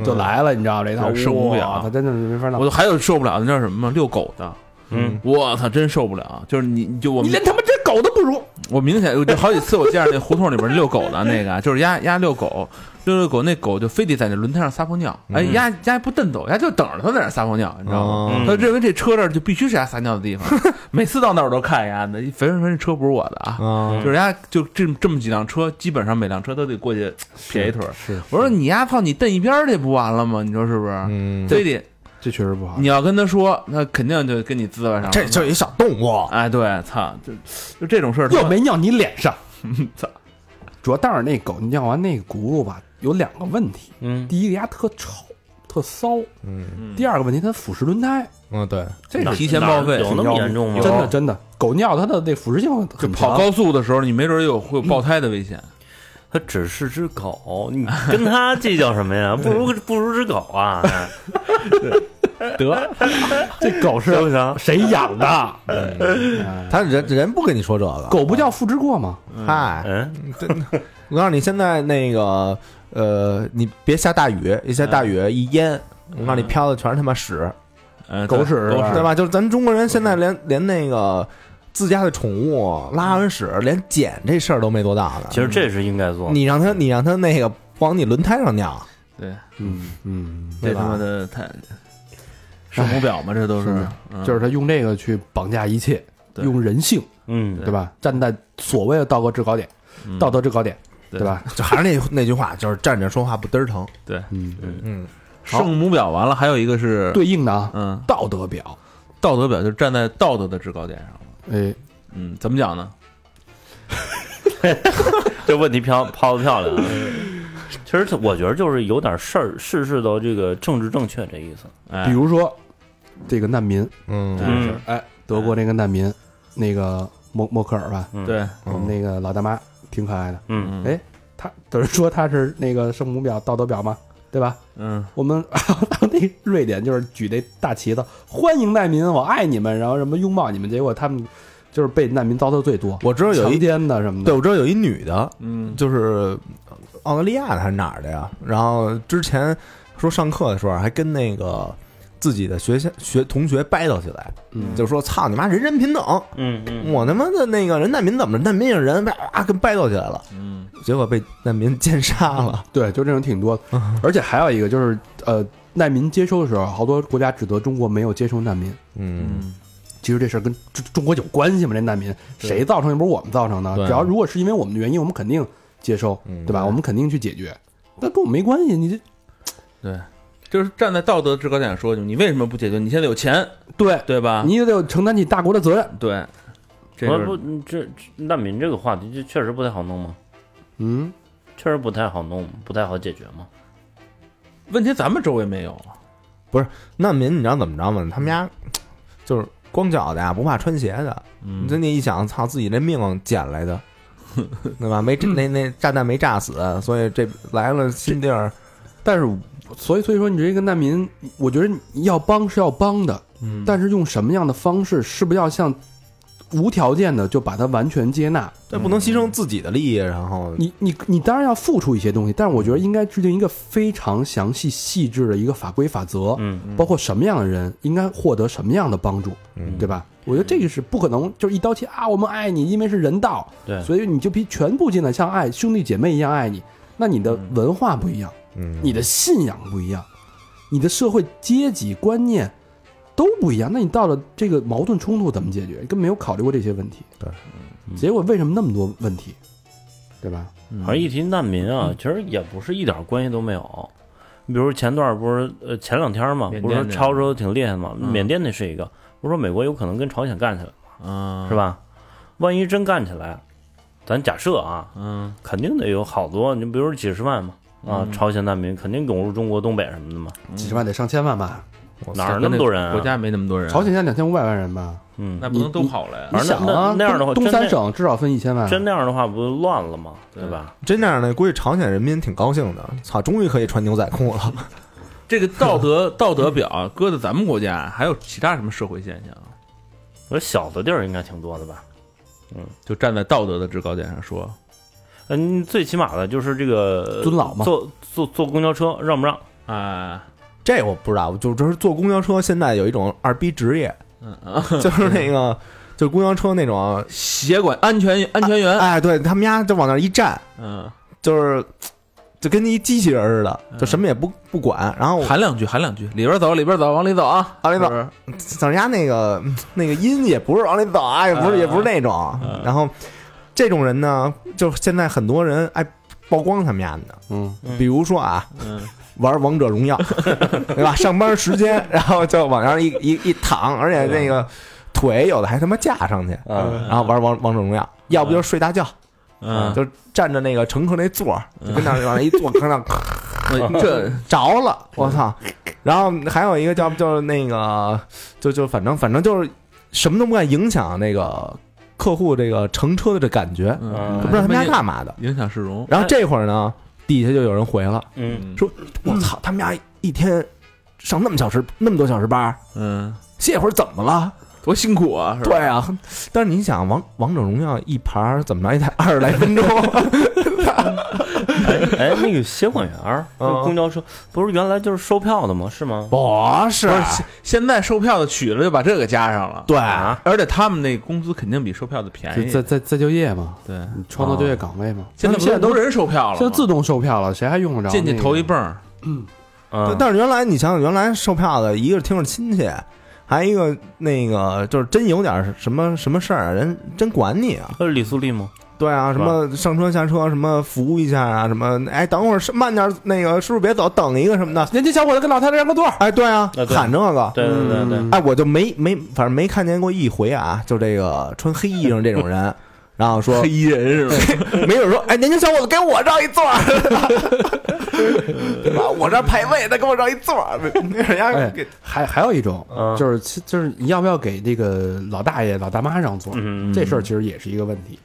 就来了，你知道这套
这受不了
哇他真的是没法
我
弄。
就还有受不了的，你知道什么吗？遛狗的，
嗯，
我操，真受不了！就是你，你就我
你
明，
连他妈这狗都不如，
我明显有好几次，我见着那胡同里边遛狗的那个，啊就是丫丫遛狗，遛遛狗，那狗就非得在那轮胎上撒泡尿，哎，丫丫还不蹬走，丫就等着他在那撒泡尿，你知道
哦
吗？
嗯
他认为这车这儿就必须是丫撒尿的地方，每次到那儿我都看丫的，反正说这车不是我的啊，
啊
就是人家就这这么几辆车，基本上每辆车都得过去撇一腿儿。我说你丫操，你蹬一边儿去不完了吗？你说是不是？
嗯，
非得
这确实不好
你。要跟他说，那肯定就跟你滋歪上了。
这就是一小动物，
哎，对，操，就就这种事儿，
又
他
没尿你脸上，
操，
主要但是那狗尿完那轱辘吧，有两个问题。
嗯，
第一个丫特臭，特骚；
嗯
嗯
第二个问题，它腐蚀轮胎，
嗯，对，
这
哪
是
提前报
哪
废
有那么严重吗？
真的真的，狗尿它的那腐蚀性
就
很强，
跑高速的时候，你没准有会有爆胎的危险。
它只是只狗，你跟它计较什 么呀？不如不如只狗啊！
得，这狗是
行不行？
谁养的？哎
嗯他人人不跟你说这个，
狗不叫复制过吗？
嗨，
嗯，
真的，我告诉你，现在那个呃，你别下大雨，一下大雨一淹，我告诉你飘的全是他妈屎，
嗯，
狗
对
屎是
狗
吧
屎
对吧？就是咱中国人现在连连那个自家的宠物拉完屎，连捡这事儿都没多大呢。
其实这是应该做。
你让他，你让他那个往你轮胎上尿，
对，
嗯嗯，
这
对
他妈
吧？
的太圣母婊嘛，这都
是
是，嗯
就是他用这个去绑架一切，
对
用人性，
嗯，
对吧？站在所谓的道德制高点，道德制高点，
嗯对
对吧？
就还是那那句话，就是站着说话不嘚儿疼。
嗯，
嗯，
圣母婊完了，还有一个是，
对应的啊，
嗯，
道德表，
道德婊就是站在道德的制高点上了。
哎，
嗯，怎么讲呢？
这问题飘抛的漂亮啊。 其实我觉得就是有点事儿，事事都这个政治正确这意思。
哎
比如说这个难民，
嗯
嗯
是哎，德国那个难民，那个默默克尔吧，
嗯，
对，
我们那个老大妈挺可爱的，
嗯，
嗯
哎，她等于说她是那个圣母婊、道德婊嘛，对吧？
嗯，
我们 那瑞典就是举那大旗子，欢迎难民，我爱你们，然后什么拥抱你们，结果他们就是被难民糟蹋最多，
我知道有
强
一
奸的什么
对，
的。
我知道有一女的，
嗯，
就是澳大利亚的还是哪儿的呀？然后之前说上课的时候还跟那个自己的学校学同学掰斗起来，
嗯
就说操你妈人人平等，
嗯嗯，
我他妈的那个人难民怎么着？难民也是人，啊跟掰斗起来了，
嗯，
结果被难民奸杀了。
对，就这种挺 多的。而且还有一个就是，呃，难民接收的时候，好多国家指责中国没有接收难民。
嗯，
嗯，
其实这事儿跟中中国有关系吗？这难民谁造成？又不是我们造成的。
对
只要如果是因为我们的原因，我们肯定接收，
嗯
对吧？我们肯定去解决。但跟我没关系，你这
就是站在道德制高点说，你为什么不解决？你现在有钱，
对，
对吧？
你也得有承担起大国的责任。
对，这
我
就是
不这这难民这个话题，这确实不太好弄嘛，
嗯，
确实不太好弄，不太好解决嘛。
问题，咱们周围没有啊。
难民你知道怎么着吗？他们家就是光脚的呀，不怕穿鞋的。
嗯
你就那一想，操，自己这命捡来的，对吧？没那那炸弹没炸死，所以这来了新地儿，
但是所以所以说，你这个难民，我觉得你要帮是要帮的，
嗯
但是用什么样的方式，是不是要像无条件的就把他完全接纳？
这不能牺牲自己的利益，然后
你你你当然要付出一些东西，但是我觉得应该制定一个非常详细细致的一个法规法则，
嗯，
包括什么样的人应该获得什么样的帮助，
嗯
对吧？我觉得这个是不可能，就是一刀切啊！我们爱你，因为是人道，
对
所以你就必须全部进来，像爱兄弟姐妹一样爱你。那你的文化不一样，
嗯
你的信仰不一样，你的社会阶级观念都不一样。那你到了这个矛盾冲突怎么解决？根本没有考虑过这些问题。
对，
结果为什么那么多问题？对吧？
嗯
反正一提难民啊，其实也不是一点关系都没有。你比如前段儿不是呃前两天儿嘛，
缅
不是说
甸那
超
个
州挺厉害嘛，
嗯
缅甸那是一个，不是说美国有可能跟朝鲜干起来
嗯，
是？吧？万一真干起来，咱假设啊，
嗯，
肯定得有好多，你比如说几十万嘛，啊，朝鲜难民肯定涌入中国东北什么的嘛，
几十万得上千万吧？
嗯
哪儿那么多人啊？
国家没那么多人啊，
朝鲜现在两千五百万人吧？
嗯，
那不能都跑来
你
啊。
而那
想啊，
那那样的话
东
真
三
那
省至少分一千万啊，
真那样的话不就乱了吗？对吧？
真那样的，估计朝鲜人民挺高兴的，操，终于可以穿牛仔裤了。
这个道德道德表啊搁在咱们国家，还有其他什么社会现象？啊
我说小的地儿应该挺多的吧？
就站在道德的制高点上说，
嗯，最起码的就是这个
尊老嘛
坐坐坐公交车让不让？
啊，
这我不知道，就就是坐公交车，现在有一种二逼职业，
嗯啊，
就是那个就是公交车那种，
协管安全安全员，
哎，对他们家就往那儿一站，
嗯，
就是就跟一机器人似的，就什么也不不管。然后
嗯喊两句，喊两句，里边走，里边走，往里走啊，
往里走
是不是
咱家那个那个音也不是往里走啊，也不是也不是那种。然后这种人呢，就现在很多人爱曝光他们家的，
嗯，
比如说啊，
嗯
玩王者荣 耀，对吧？上班时间，然后就往那儿一一一躺，而且
啊
那个腿有的还他妈架上去，然后玩王王者荣耀，要不就是睡大觉，
嗯，
就站着那个乘客那座儿，就跟那儿往那一坐，跟那 儿
那这
着
嗯
了，我操！然后还有一个叫就是那个就就反正反正就是什么都不敢影响那个客户这个乘车的这感觉，
嗯
不知道他们家干嘛的。
影响市容，
然后这会儿呢，底下就有人回了，
嗯，
说我操，他们家一天上那么小时那么多小时班儿，
嗯，
歇会儿怎么了？
多辛苦啊，是吧？
对啊，但是你想王王者荣耀一盘儿怎么着也得二十来分 钟，
哎 哎，那个协管员儿，
嗯
那公交车不是原来就是收票的吗？是吗？
不是
不是现现在售票的取了就把这个加上了，
对
啊，
而且他们那工资肯定比售票的
哎
便宜
就，再再再就业嘛，
对，
你创造就业
哦
岗位嘛。
现在不
现在都
无人售票了吗，
现在自动售票了，谁还用得着
进去
那个
投一泵，
嗯，
但是原来你想想，原来售票的一个是听着亲戚，还一个那个就是真有点什么什么事儿，啊人真管你啊。
那是李素丽吗？
对啊，什
是吧
么上车下车，什么服务一下啊，什么哎等会儿是慢点儿，那个师傅别走，等一个什么的。
年轻小伙子跟老太太让个座 儿，
哎，对啊，
啊对
喊这个。
对对对对，
嗯
哎，我就没没，反正没看见过一回啊，就这个穿黑衣裳这种人，然后说
黑衣人是吧？
没有说，哎，年轻小伙子，给我让一座 儿，对吧？我这儿排位，他给我让一座 儿，没人家
哎
给，
还还有一种
嗯，
就是其就是你要不要给这个老大爷、老大妈让座？
嗯
这事儿其实也是一个问题。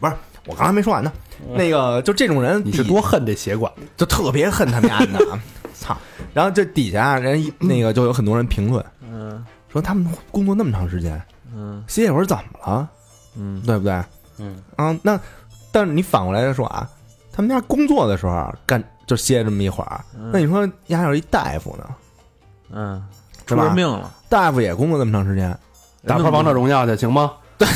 不是。我刚才没说完呢，那个就这种
嗯
人底，
你是多恨这协管？
就特别恨他们家的啊， 操！然后这底下啊人一那个就有很多人评论，嗯，说他们工作那么长时间，嗯，歇一会儿怎么了？
嗯，
对不对？
嗯
啊，那但是你反过来说啊，他们家工作的时候啊干就歇这么一会儿，那你说家有一大夫呢，
嗯，
是
出
吧
人命了，
大夫也工作那么长时间，
打
嗯
牌王者荣耀去行吗？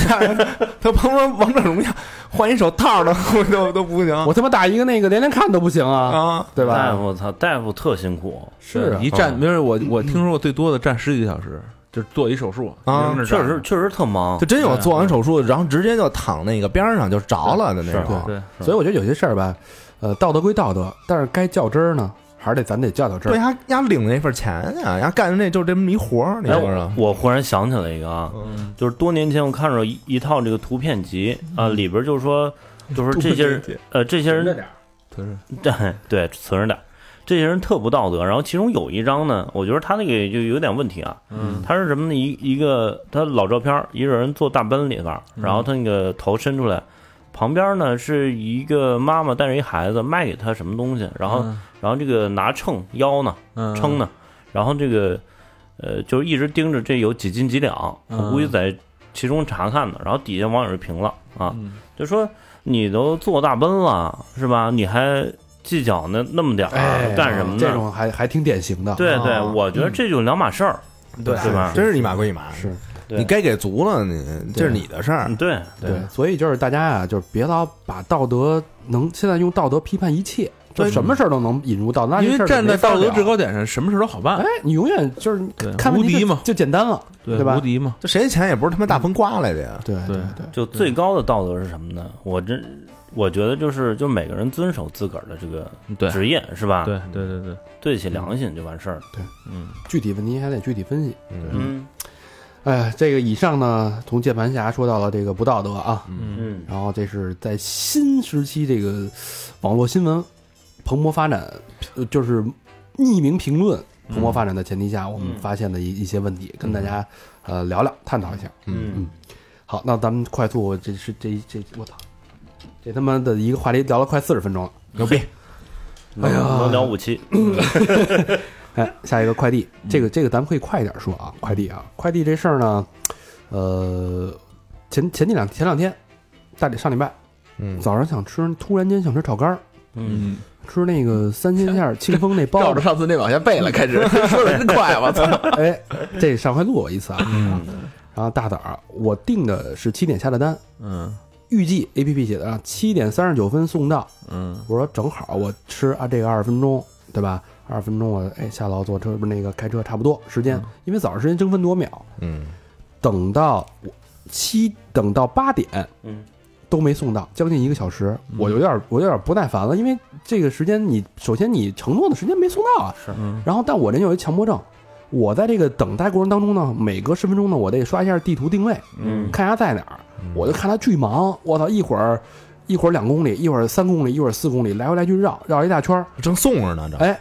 他甭说王者荣耀，换一手套都都都不
嗯
行
我他妈打一个那个连连看都不行啊，
啊！
对
大
吧？
夫操，大夫特辛苦，
是啊
一站，没有我我听说过最多的站十几个小时，就是做一手术
啊
一直那儿
确
站
实确实特忙
就。真有做完手术，然后直接就躺那个边儿上就着了的那
是
种。
对，是
所以我觉得有些事儿吧，呃，道德归道德，但是该较真儿呢，还是得咱得较较真
对，啊
儿。
丫丫领的那份钱呀，丫干的那就是这么一活儿，你
哎，
说说
我。我忽然想起来一个啊，
嗯
就是多年前我看着一一套这个图片集啊，里边就说，就说这些人呃这些人
他是
对 对，存着点儿。这些人特不道德，然后其中有一张呢，我觉得他那个就有点问题啊。
嗯，
他是什么呢？一一个他老照片儿，一个人坐大奔里边儿，
嗯
然后他那个头伸出来，旁边呢是一个妈妈带着一孩子卖给他什么东西，然后、然后这个拿秤腰呢，
嗯
称呢，然后这个呃就一直盯着这有几斤几两，
嗯
我估计在其中查看呢。然后底下网友就评了啊，
嗯
就说你都坐大奔了是吧？你还计较那那么点儿、啊
哎，
干什么呢？
这种还还挺典型的。
对对，
啊
我觉得这就两码事儿，
对
是吧
真是一码归一码，
是
对
你该给足了，你这是你的事儿
嗯，。对
对，所以就是大家啊，就是别老把道德能现在用道德批判一切，就
对
什么事儿都能引入道德，那这
因为
事儿就
站在
没法
道德
聊
制。高点上，什么事都好办
哎，，你永远就是
对
看问题
无敌
就
嘛
就简单了，对吧
无敌嘛，
这谁的钱也不是他妈大风刮来的呀，
对
对
对，
就最高的道德是什么呢？我真我觉得就是就每个人遵守自个儿的这个
嗯对
职业是啊吧？
对对对对，
对得起良心就完事儿了。
具体问题还得具体分析。
嗯
哎，这个以上呢，从键盘侠说到了这个不道德啊，
嗯
然后这是在新时期这个网络新闻蓬勃发展，呃就是匿名评论蓬勃发展的前提下，我们发现的一一些问题，跟大家呃聊聊探讨一下。
嗯
好，那咱们快速，这是这这我操，这他妈的一个话题聊了快四十分钟了。
牛逼！
嗯，哎
呀
能聊五期，
哎，下一个快递，这个这个咱们可以快一点说啊，快递啊，快递这事儿呢，呃，前前几两前两天，大礼上礼拜
嗯，
早上想吃，突然间想吃炒肝儿，
嗯，
吃那个三鲜馅儿清风那包
照着
子，
上次那往下背了，开始 说的真快，我操！
哎，这上回录过一次啊，然后大早儿啊我定的是七点下的单，
嗯
预计 A P P 写的啊七点三十九分送到，
嗯
我说正好我吃啊这个二十分钟，对吧？二十分钟我哎下楼坐车不是那个开车差不多时间，因为早上时间争分夺秒，
嗯，
等到我七等到八点，
嗯，
都没送到，将近一个小时，我有点儿我有点儿不耐烦了，因为这个时间你首先你承诺的时间没送到啊，
是
嗯
然后但我这有一强迫症。我在这个等待过程当中呢，每隔十分钟呢，我得刷一下地图定位，
嗯
看他在哪儿。
嗯
我就看他巨忙，我操，一会儿一会儿两公里，一会儿三公里，一会儿四公里，来回来去绕绕一大圈儿。
正送着
嗯
呢，这
哎，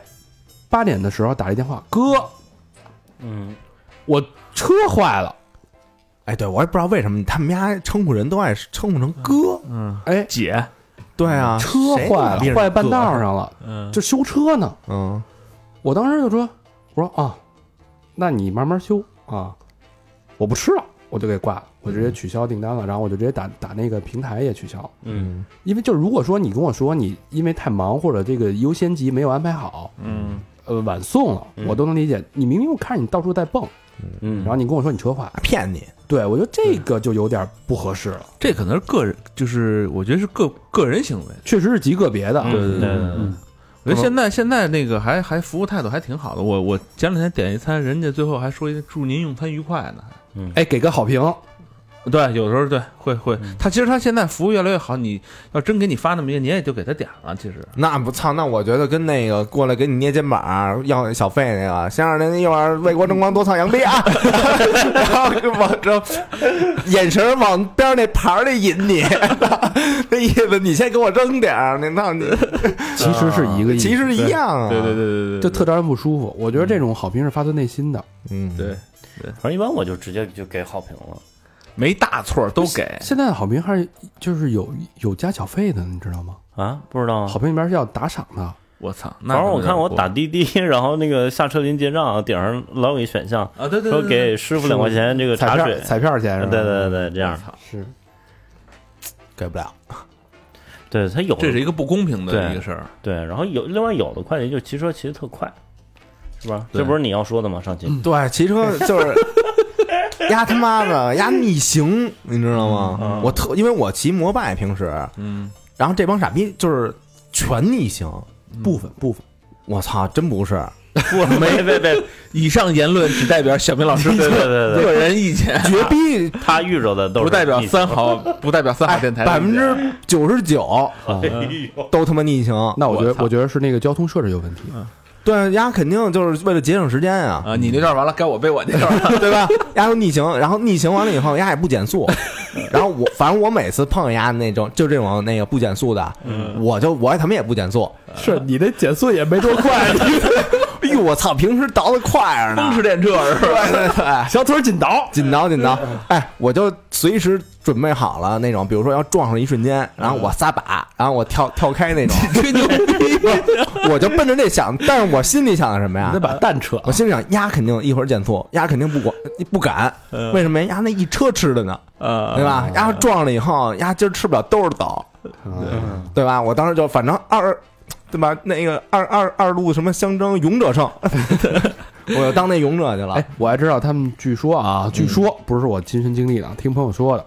八点的时候打了一电话，哥，
嗯，
我车坏了。
哎，对我也不知道为什么他们家称呼人都爱称呼成哥，
嗯，
哎，
姐，
对啊，
车
谁
坏了
逼，人
坏半道
哥，
上了，
嗯，
就修车呢。
嗯，
我当时就说，我说啊，那你慢慢修啊，我不吃了，我就给挂了，我直接取消订单了，然后我就直接打打那个平台也取消了。
嗯
因为就是如果说你跟我说你因为太忙或者这个优先级没有安排好，
嗯，
呃，晚送了，我都能理解。你明明我看着你到处在蹦，
嗯，
然后你跟我说你车坏，
骗你，
对我觉得这个就有点不合适了，
这可能是个人，就是我觉得是个个人行为。
确实是极个别的。
嗯
对对对
对对，
我觉得现在现在那个还还服务态度还挺好的。我我前两天点一餐，人家最后还说一句祝您用餐愉快呢。
哎，给个好评，
对，有时候对会会
嗯，
他其实他现在服务越来越好，你要真给你发那么一个，你也就给他点了，其实
那不操，那我觉得跟那个过来给你捏肩膀要小费那个，先生您一会儿为国争光多唱洋逼啊， 然后往这眼神儿往边儿那盘儿里引你， 那意思你先给我扔点儿，你那你
其实是一个意思，
其实一样啊，
对对对对对，
就特让人不舒服。我觉得这种好评是发自内心的。
嗯
对，
反正一般我就直接就给好评了。
没大错儿都给，
现在的好评还是就是有有加小费的，你知道吗？
啊，不知道啊
好。评里边是要打赏的，
我操，那
反正
可
我
有
看
点
我
过
打滴 滴，然后那个下车临结账，顶上老有一选项，
啊，对对
说
对，
给师傅两块钱这个
彩
茶
票
水，
彩票钱是
对
吧？
对对对，这样
是
给不了，
对他有
这是一个不公平的
对
一个事儿，
对，然后有另外有的快递就骑车骑的特快，是吧？
对
这不是你要说的吗？上期
嗯
对，骑 车就是压他妈的压逆行，你知道吗？我特因为我骑摩拜平时，
嗯，
然后这帮傻逼就是全逆行，
嗯
部分部分，
我操，真不是。
我没没没，以上言论只代表小明老 师
对对对对
个人意见，
绝逼
他遇着的都是
不代表
逆行
三好，不代表三好电台的
百
意
分
见
之九十九
哎呦，
都他妈逆行。
那我觉
我
得
操
我觉得是那个交通设置有问题。
对，丫肯定就是为了节省时 间呀、
啊，你那段完了，该我背我那 段了，
对吧？丫就逆行，然后逆行完了以后，丫也不 减速。然后我反正我每次碰见丫那种就这种那个不减速的，
嗯
我就我也他妈也不减速。
是你的减速也没多快，
哎呦我操，平时倒的快着
风
呢
驰。电掣是吧？
对对对，
小腿紧倒。
紧倒紧倒。哎，我就随时准备好了那种，比如说要撞上一瞬间，然后我撒把，然后我跳跳开那种。
吹牛逼，
我就奔着这想，但是我心里想的什么呀
你得？把蛋扯
我心里想，鸭肯定一会儿减速，鸭肯定不管不敢，为什么呀？鸭那一车吃的呢，
啊，
对吧？鸭撞了以后，鸭今儿吃不了兜着走，嗯
啊！
嗯对吧？我当时就反正二，对吧？那个二二二路什么相争，勇者 胜，我就当那勇者去了
哎。，我还知道他们据说啊，据说不是我亲身经历的啊，听朋友说的，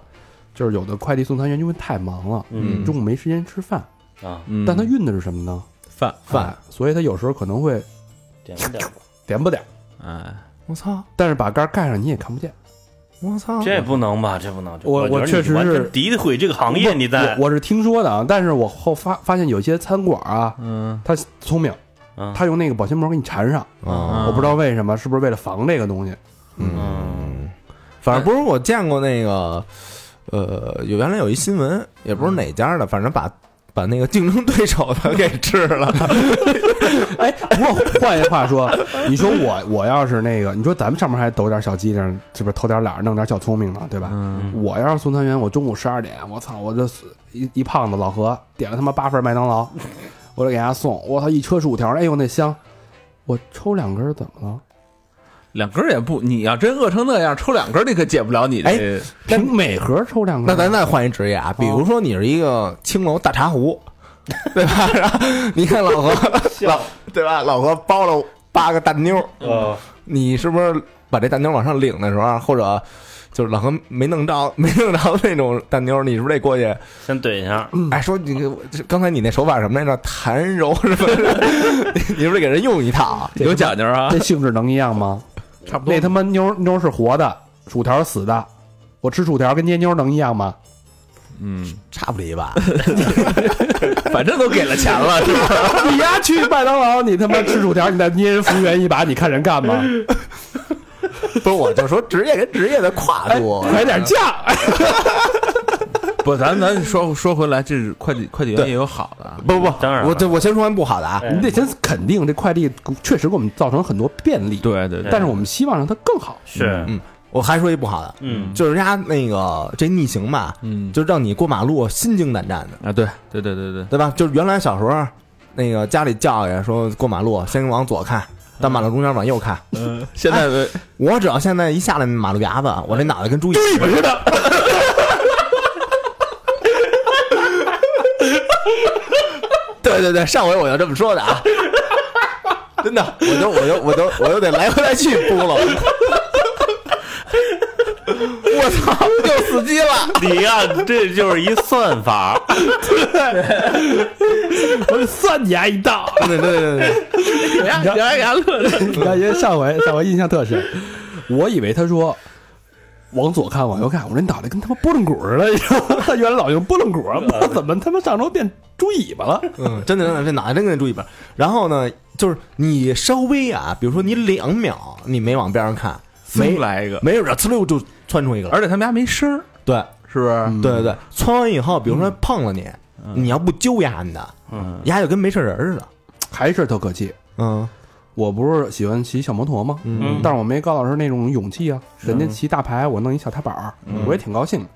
就是有的快递送餐员因为太忙了，
嗯
中午没时间吃饭，
啊，
嗯
但他运的是什么呢？
饭，
嗯
饭，所以他有时候可能会
点了点了，
点吧点儿，
哎，
我操！
但是把盖儿盖上你也看不见。
我操！
这不能吧？这不能！这
我
我觉得
我确实
你完全
是
诋毁这个行业，你在
我我是听说的啊，但是我后发发现有些餐馆啊，
嗯，
他聪明，
嗯
他用那个保鲜膜给你缠上，
啊，
我不知道为什么，是不是为了防这个东西？
嗯，反正不是我见过那个，呃，有原来有一新闻，也不是哪家的，反正把把那个竞争对手的给吃了。
哎，不过换一话说，你说我我要是那个，你说咱们上面还抖点小机灵，是不是偷点懒儿，弄点小聪明呢？对吧？
嗯
我要是送餐员，我中午十二点，我操，我这一一胖子老何点了他妈八份麦当劳，我就给他送，我操一车薯条，哎呦那香，我抽两根儿怎么了？
两根儿也不，你要真饿成那样，抽两根儿你可解不了你这
凭每盒抽两根
那
儿，
咱再换一职业啊，比
哦
如说你是一个青楼大茶壶，对吧？然后你看老何，老对吧？老何包了八个大妞儿，
呃
你是不是把这大妞儿往上领的时候，啊或者就是老何没弄着没弄着那种大妞儿，你是不是得过去？
先怼一下，
哎，说你这我这刚才你那手法什么来着？弹柔什么的？ 你是不是得给人用一套？
有讲究啊
这，性质能一样吗？
差不多
那他妈妞儿妞儿是活的，薯条是死的，我吃薯条跟捏妞儿能一样吗？
嗯，
差不离吧？
反正都给了钱了，是吧？
你丫去麦当劳，你他妈吃薯条，你再捏人服务员一把，你看人干吗？
不是，我就说职业跟职业的跨度。
哎
快点酱！ 哎
不，咱咱说说回来，这是快递快递员也有好的啊，
不不，
当然了
我这我先说完不好的啊，
哎
你得先肯定这快递确实给我们造成很多便利，
对对对，
但是我们希望让它更好。
是
嗯我还说一不好的，
嗯，
就是人家那个这逆行吧，
嗯，
就是让你过马路心惊胆战的，
啊，对对对对对，
对吧？就是原来小时候，那个家里教育说过马路先往左看，到马路中间往右看。
嗯，现在的
我只要现在一下来那马路牙子，我这脑袋跟猪尾巴似的。 对对对，上回我就这么说的啊，真的，我就我就我就我就得来回来去扑了。 我操，又死机了。
你呀，这就是一算法，
我算你丫一 道，
对对对对，
原来原来
你看，因为上回上回印象特深，我以为他说往左看，往右看，我这脑袋跟他妈拨浪鼓似的，你知道吗？ 他原来老用拨浪鼓，不知道怎么他妈上周变猪尾巴了。
嗯，真的，真的，这脑袋真给你注意吧。然后呢，就是你稍微啊，比如说你两秒你没往边上看，没
没来一个，
没准儿呲溜就窜出一个了。
而且他们家没声儿，
对，
是不
嗯
是？
对对对，窜完以后，比如说碰了你，你要不揪丫的，丫就跟没事人似的。
还是特可气，
嗯
我不是喜欢骑小摩托吗？
嗯
但是我没高老师那种勇气啊。人家骑大牌，我弄一小踏板儿，
嗯
我也挺高兴的。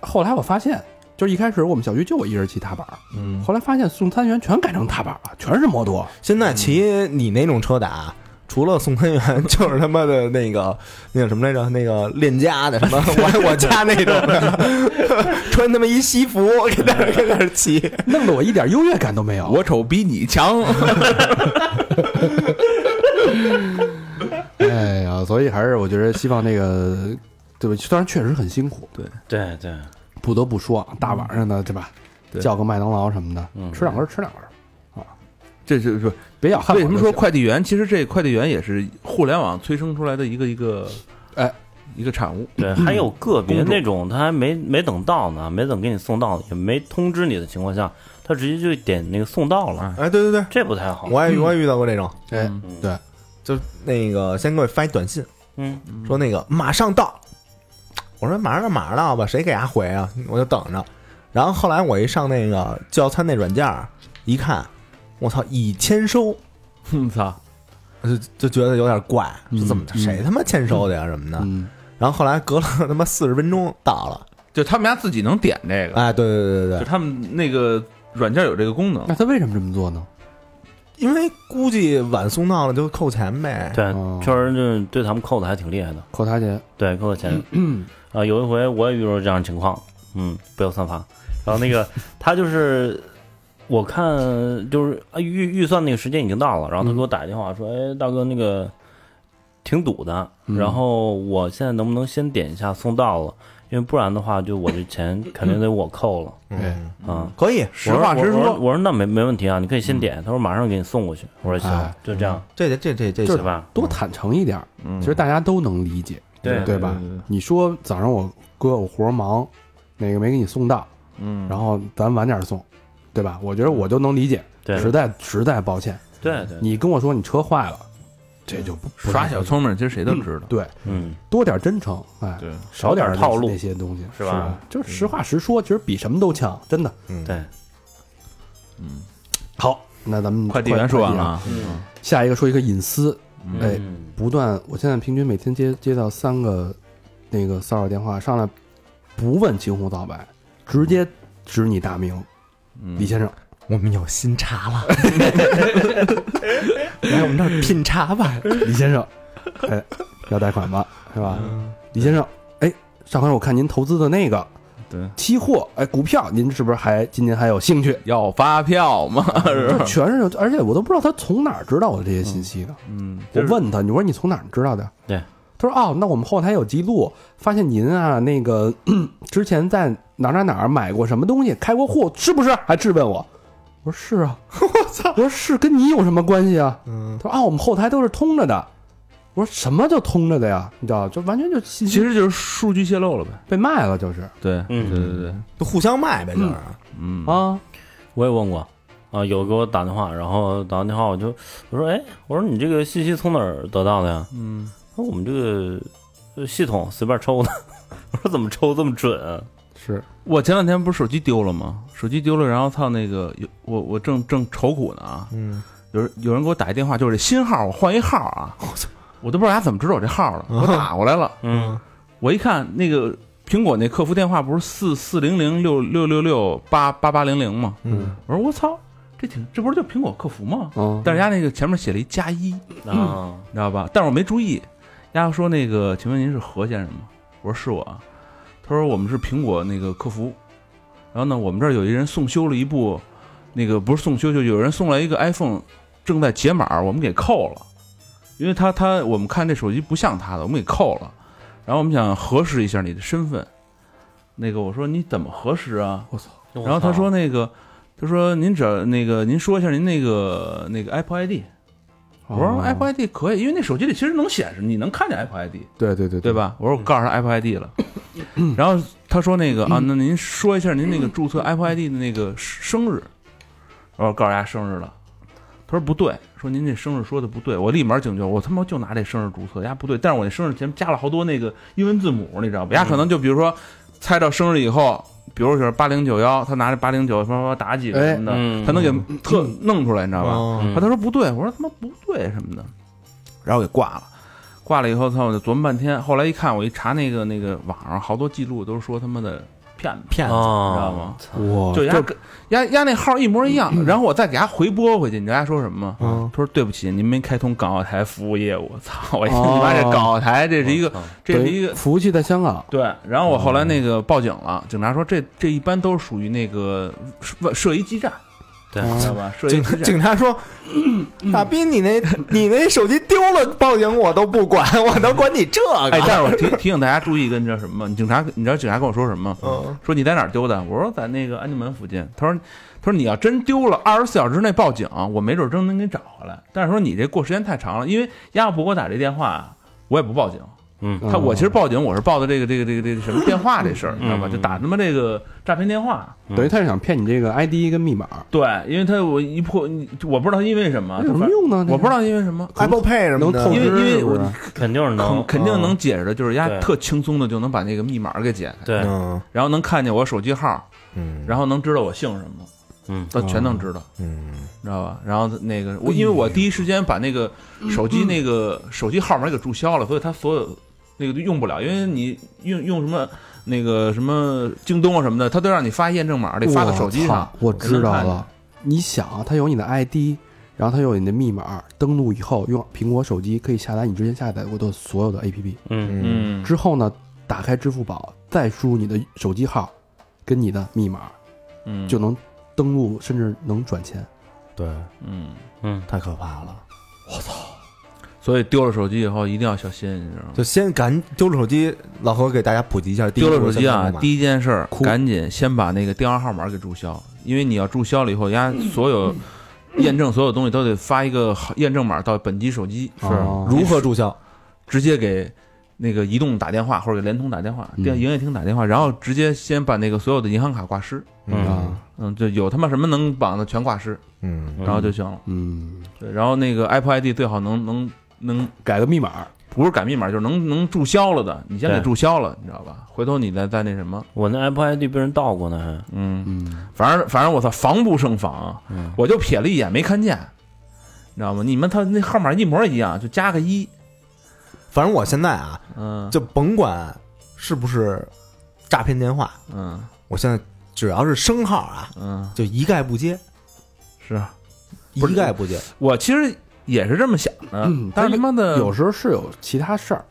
后来我发现，就是一开始我们小区就我一人骑踏板儿，
嗯，
后来发现送餐员全改成踏板了，全是摩托。
现在骑你那种车打。除了送餐员，就是他妈的那个 那个什么来着，那个链家的什 么，我我家那种的， 穿他妈一西服，跟那儿跟那儿骑，
弄得我一点优越感都没有。
我瞅比你强，
哎呀，所以还是我觉得希望那个，对吧？虽然确实很辛苦，对，
对对，
不得不说，大晚上的，对吧？
对
叫个麦当劳什么的，
嗯
吃两根儿吃两根儿，
这是说
别咬汉堡
为
就行。
什么说快递员？其实这快递员也是互联网催生出来的一个一个，
哎，
一个产 物。
对，还有个别
公众
那种他还没没等到呢，没等给你送到，也没通知你的情况下，他直接就点那个送到了，
哎，对对对，
这不太好。
我也我也遇到过这种，
哎，
嗯
就是那个先给我发一短信
嗯，
说那个马上到，我说马上到马上到吧，谁给伢回啊？我就等着。然后后来我一上那个叫餐那软件儿一看，我操，已签收，
哼操！
就就觉得有点怪，
嗯
说怎么
嗯
谁他妈签收的呀什么的。
嗯，
然后后来隔了 他妈四十分钟到了，
就他们家自己能点这个，
哎，对对对
就
对对，
他们那个软件有这个功能
那。他为什么这么做呢？
因为估计晚送到了就扣钱呗。
对
哦，
确实就对他们扣的还挺厉害的，
扣他钱，
对，扣的钱。啊，有一回我也遇到这样的情况，嗯，不要算法。然后那个他就是，我看就是啊预预算那个时间已经到了，然后他给我打一电话说，哎，大哥那个挺堵的，然后我现在能不能先点一下送到了？因为不然的话，就我这钱肯定得我扣了
嗯，
啊。
可以，
实话实
我说
说，
我说那没没问题啊，你可以先点。他说马上给你送过去。我说行
哎，
就这样，
这这这这
对
行。
吧？
多坦诚一点儿，
嗯
其实大家都能理解，
对
对吧？你说早上我哥我活儿忙，哪个没给你送到，
嗯，
然后咱晚点儿送，对吧？我觉得我就能理解，
对
实在实在抱歉，
对对，
你跟我说你车坏了，这就不不
耍
太
小聪明，其实谁都知道。
对，
嗯，
多点真诚，哎，
对，
少点
少点套路
那些东西，
是
是
吧？
就是实话实说，其实比什么都强，真的。
对，
好，那咱们
快递员说完了，
快递
啊，
嗯，
员下一个说一个隐私，哎，
嗯
不断，我现在平均每天接接到三个那个骚扰电话，上来不问青红皂白，直接指你大名，
嗯
李先生，
我们有新茶了， 来我们这儿品茶吧。
李先生，哎，要贷款吧，是吧？李先生，哎，上回我看您投资的那个
对，
期货，哎，股票，您是不是还今年还有兴趣？
要发票嘛，是
这
吧？
全嗯是，而且我都不知道他从哪儿知道我这些信息的。
嗯，
我
就是
问他，你说你从哪儿知道的？
对，
他说哦，那我们后台有记录，发现您啊，那个 咳之前在哪儿哪儿哪儿买过什么东西，开过户，是不是？还质问我。我说是 啊，我操！我说是跟你有什么关系啊？
嗯，
他说啊，我们后台都是通着的。我说什么叫通着的呀？你知道，就完全就信
其
息
实啊就是数据泄露了呗。
被卖了，就是
对，
嗯
对对对，
就互相卖呗，就是。
嗯，
啊，
我也问过，啊，有给我打电话，然后打完电话我就我说，哎，我说你这个信息从哪儿得到的呀？
嗯，
他说我们这个呃系统随便抽的。 我说怎么抽这么准啊？
是
我前两天不是手机丢了吗？手机丢了，然后操那个，有我我正正愁苦呢啊，
嗯，
有人有人给我打一电话，就是这新号，我换一号啊，我都不知道他怎么知道我这号了，给我打过来了，
嗯
我一看那个苹果那客服电话不是四四零零六六六六八八八零零吗？
嗯，
我说我操，这挺这不是就苹果客服吗？
嗯，
但是人家那个前面写了一加一，你
啊，
知道吧？但是我没注意，人家说那个，请问您是何先生吗？我说是我啊。他说我们是苹果那个客服，然后呢，我们这儿有一人送修了一部，那个不是送修，就有人送来一个 iPhone，正在解码，我们给扣了，因为他他我们看这手机不像他的，我们给扣了，然后我们想核实一下你的身份。那个我说你怎么核实啊？然后他说那个，他说您只要那个您说一下您那个那个 Apple ID，我说哎 Apple ID 可以，因为那手机里其实能显示，你能看见 Apple ID，
对对对
对？吧？我说我告诉他 Apple ID 了，然后他说那个啊，那您说一下您那个注册 Apple ID 的那个生日，我说告诉大家生日了，他说不对，说您这生日说的不对，我立马警觉，我他妈就拿这生日注册，呀不对，但是我那生日前面加了好多那个英文字母，你知道吧？呀可能就比如说猜到生日以后。比如说八零九幺，他拿着八零九什么什么打几个什么的，
哎嗯
他能给特弄出来，你知道吧？
哦
嗯
啊，他说不对，我说他妈不对什么的，然后我给挂了。挂了以后，操，我就琢磨半天。后来一看，我一查那个那个网上好多记录都是说他妈的骗子，
骗子，
哦，
你知道吗？
哦
哇，
就压压压那号一模一样，然后我再给他回拨回去，你知道他说什么吗？
嗯
他说对不起，您没开通港澳台服务业务。操，我一听
哦
你妈这港澳台，这是一个
我操
这是一
对
个
服务器在香港，
对。然后我后来那个报警了，警察说这这一般都是属于那个设设一基站，
对，
知道吧？设一
警
基站。
警察说：“大斌，你那你那手机丢了，报警我都不管，我能管你这个？”
哎，但是我提提醒大家注意，跟你知道什么吗？警察，你知道警察跟我说什么吗？
嗯
说你在哪儿丢的？我说在那个安定门附近。他说，他说你要真丢了，二十四小时之内报警，我没准儿真能给你找回来。但是说你这过时间太长了，因为丫要不给我打这电话，我也不报警。
嗯
他我其实报警，我是报的这个这个这个这个什么电话这事儿，你知道吧？
嗯
就打他妈这个诈骗电话。
等于他是想骗你这个 ID 跟密码，
对，因为他我一破，你我不知道他因为什么，
有什么用呢？
我不知
道，
道因为什么，
Apple Pay 什么的，
能透
因为
支
因为
是不是
我
肯定是能
肯，肯定能解释的，就是丫
对
特轻松的就能把那个密码给解开，
对，
嗯
然后能看见我手机号，
嗯，
然后能知道我姓什么，
嗯
他全能
哦
知道。
嗯
知道吧？然后那个
哎
我，因为我第一时间把那个手机那个
嗯
手机号码给注销了，所以它所有那个都用不了，因为你用用什么那个什么京东啊什么的，它都让你发验证码，得发到手机上。
我操我知道
才能
了。你想，啊他有你的 ID，然后他有你的密码，登录以后用苹果手机可以下载你之前下载过的所有的 APP。
嗯
嗯，
之后呢，打开支付宝，再输入你的手机号跟你的密码，
嗯
就能登录，甚至能转钱。
对，
嗯，
嗯，
太可怕了。
所以丢了手机以后一定要小心，你知道吗？
就先赶丢了手机，老何给大家普及一下第一
丢
步
了
是
手机啊
干，嘛
第一件事儿
哭
赶紧先把那个电话号码给注销，因为你要注销了以后，人
嗯
家所有验证所有东西都得发一个好验证码到本机手机，
哦
如何注销？
直接给那个移动打电话或者给联通打电话，
嗯
电营业厅打电话，然后直接先把那个所有的银行卡挂失，
嗯
啊，
嗯，就有他妈什么能绑的全挂失，
嗯，
然后就行了。
嗯，
对，然后那个 Apple ID 最好能能能
改个密码，
不是改密码，就是能能注销了的，你先给
对
注销了，你知道吧？回头你再再那什么，
我那 Apple ID 被人盗过呢，
嗯，
嗯，
反正反正我操，防不胜防啊，
还，嗯，
我就瞥了一眼没看见，你知道吗？你们他那号码一模一样，就加个一，
反正我现在啊，
嗯，
就甭管是不是诈骗电话，
嗯
我现在只要是生号啊，
嗯
就一概不接，
是啊
一
不是
概不接。
我其实也是这么想的，
嗯
但是他妈的
有时候是有其他事儿，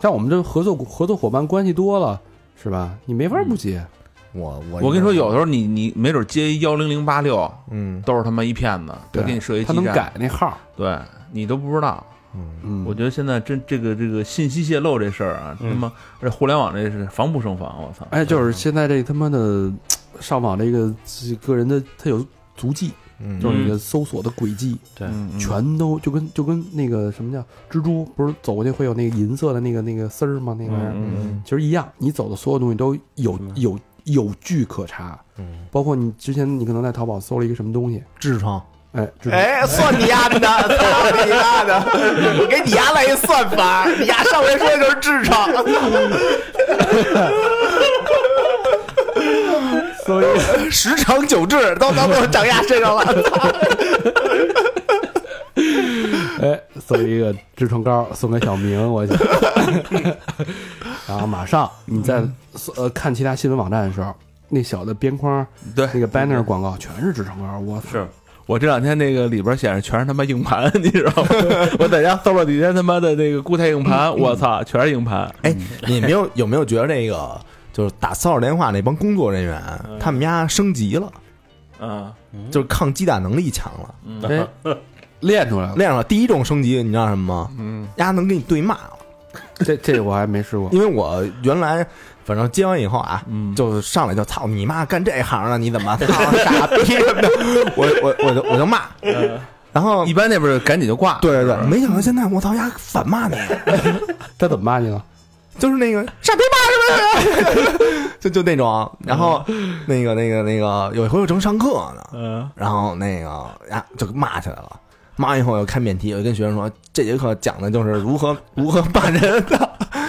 像我们这合作合作伙伴关系多了，是吧？你没法不
嗯
接。
我我
我跟你说，有，时候你你没准接幺零零八六
嗯
都是他妈一骗子，他
对
给你设一基
他
站
能改那号，
对你都不知道。
嗯，
嗯，
我觉得现在真这个这个信息泄露这事儿啊，他妈而且互联网这是防不胜防，我操！
哎，就是现在这他妈的上网这个这个人的他有足迹，
嗯
就是你的搜索的轨迹，
对，
嗯，
全都就跟就跟那个什么叫蜘蛛，不是走过去会有那个银色的那个那个丝儿吗？那个玩意儿
嗯嗯
其实一样，你走的所有东西都有
嗯
有有据可查，
嗯，
包括你之前你可能在淘宝搜了一个什么东西，
痔疮，
哎，蜘蛛
哎，算你丫的， 算你丫的，我给你丫来一算法，你丫上回说的就是痔疮，
所以
十成九痔都能都长丫身上了。
哎，送一个痔疮膏送给小明，我想。 然后马上你在
嗯
呃看其他新闻网站的时候，那小的边框
对
那个 banner 广告全是痔疮膏，我操！
是
我这两天那个里边显示全是他妈硬盘， 你知道吗？我在家搜了几天他妈的那个固态硬 盘，我操，全是硬盘。
哎， 你没有有没有觉得那个就是打骚扰电话那帮工作人员，他们家升级了，
嗯，
就是抗击打能力强了。
哎，练出来 了，
那样了，第一种升级你知道什么吗？嗯，丫能跟你对骂了，
这这我还没试过。
因为我原来。反正接完以后啊，
嗯
就上来就操啊
嗯
你妈干这行了，你怎么操傻逼什么的，我我我就我就骂，然后
一般那边儿赶紧就挂。
对对对，没想到现在我操，丫反骂你，
他怎么骂你了？
就是那个傻逼骂什么， 就就那种。然后那个那个那个，有一回我正上课呢，
嗯，
然后那个呀就骂起来了。骂完以后我又开免提，我就跟学生说，这节课讲的就是如何如何骂人的。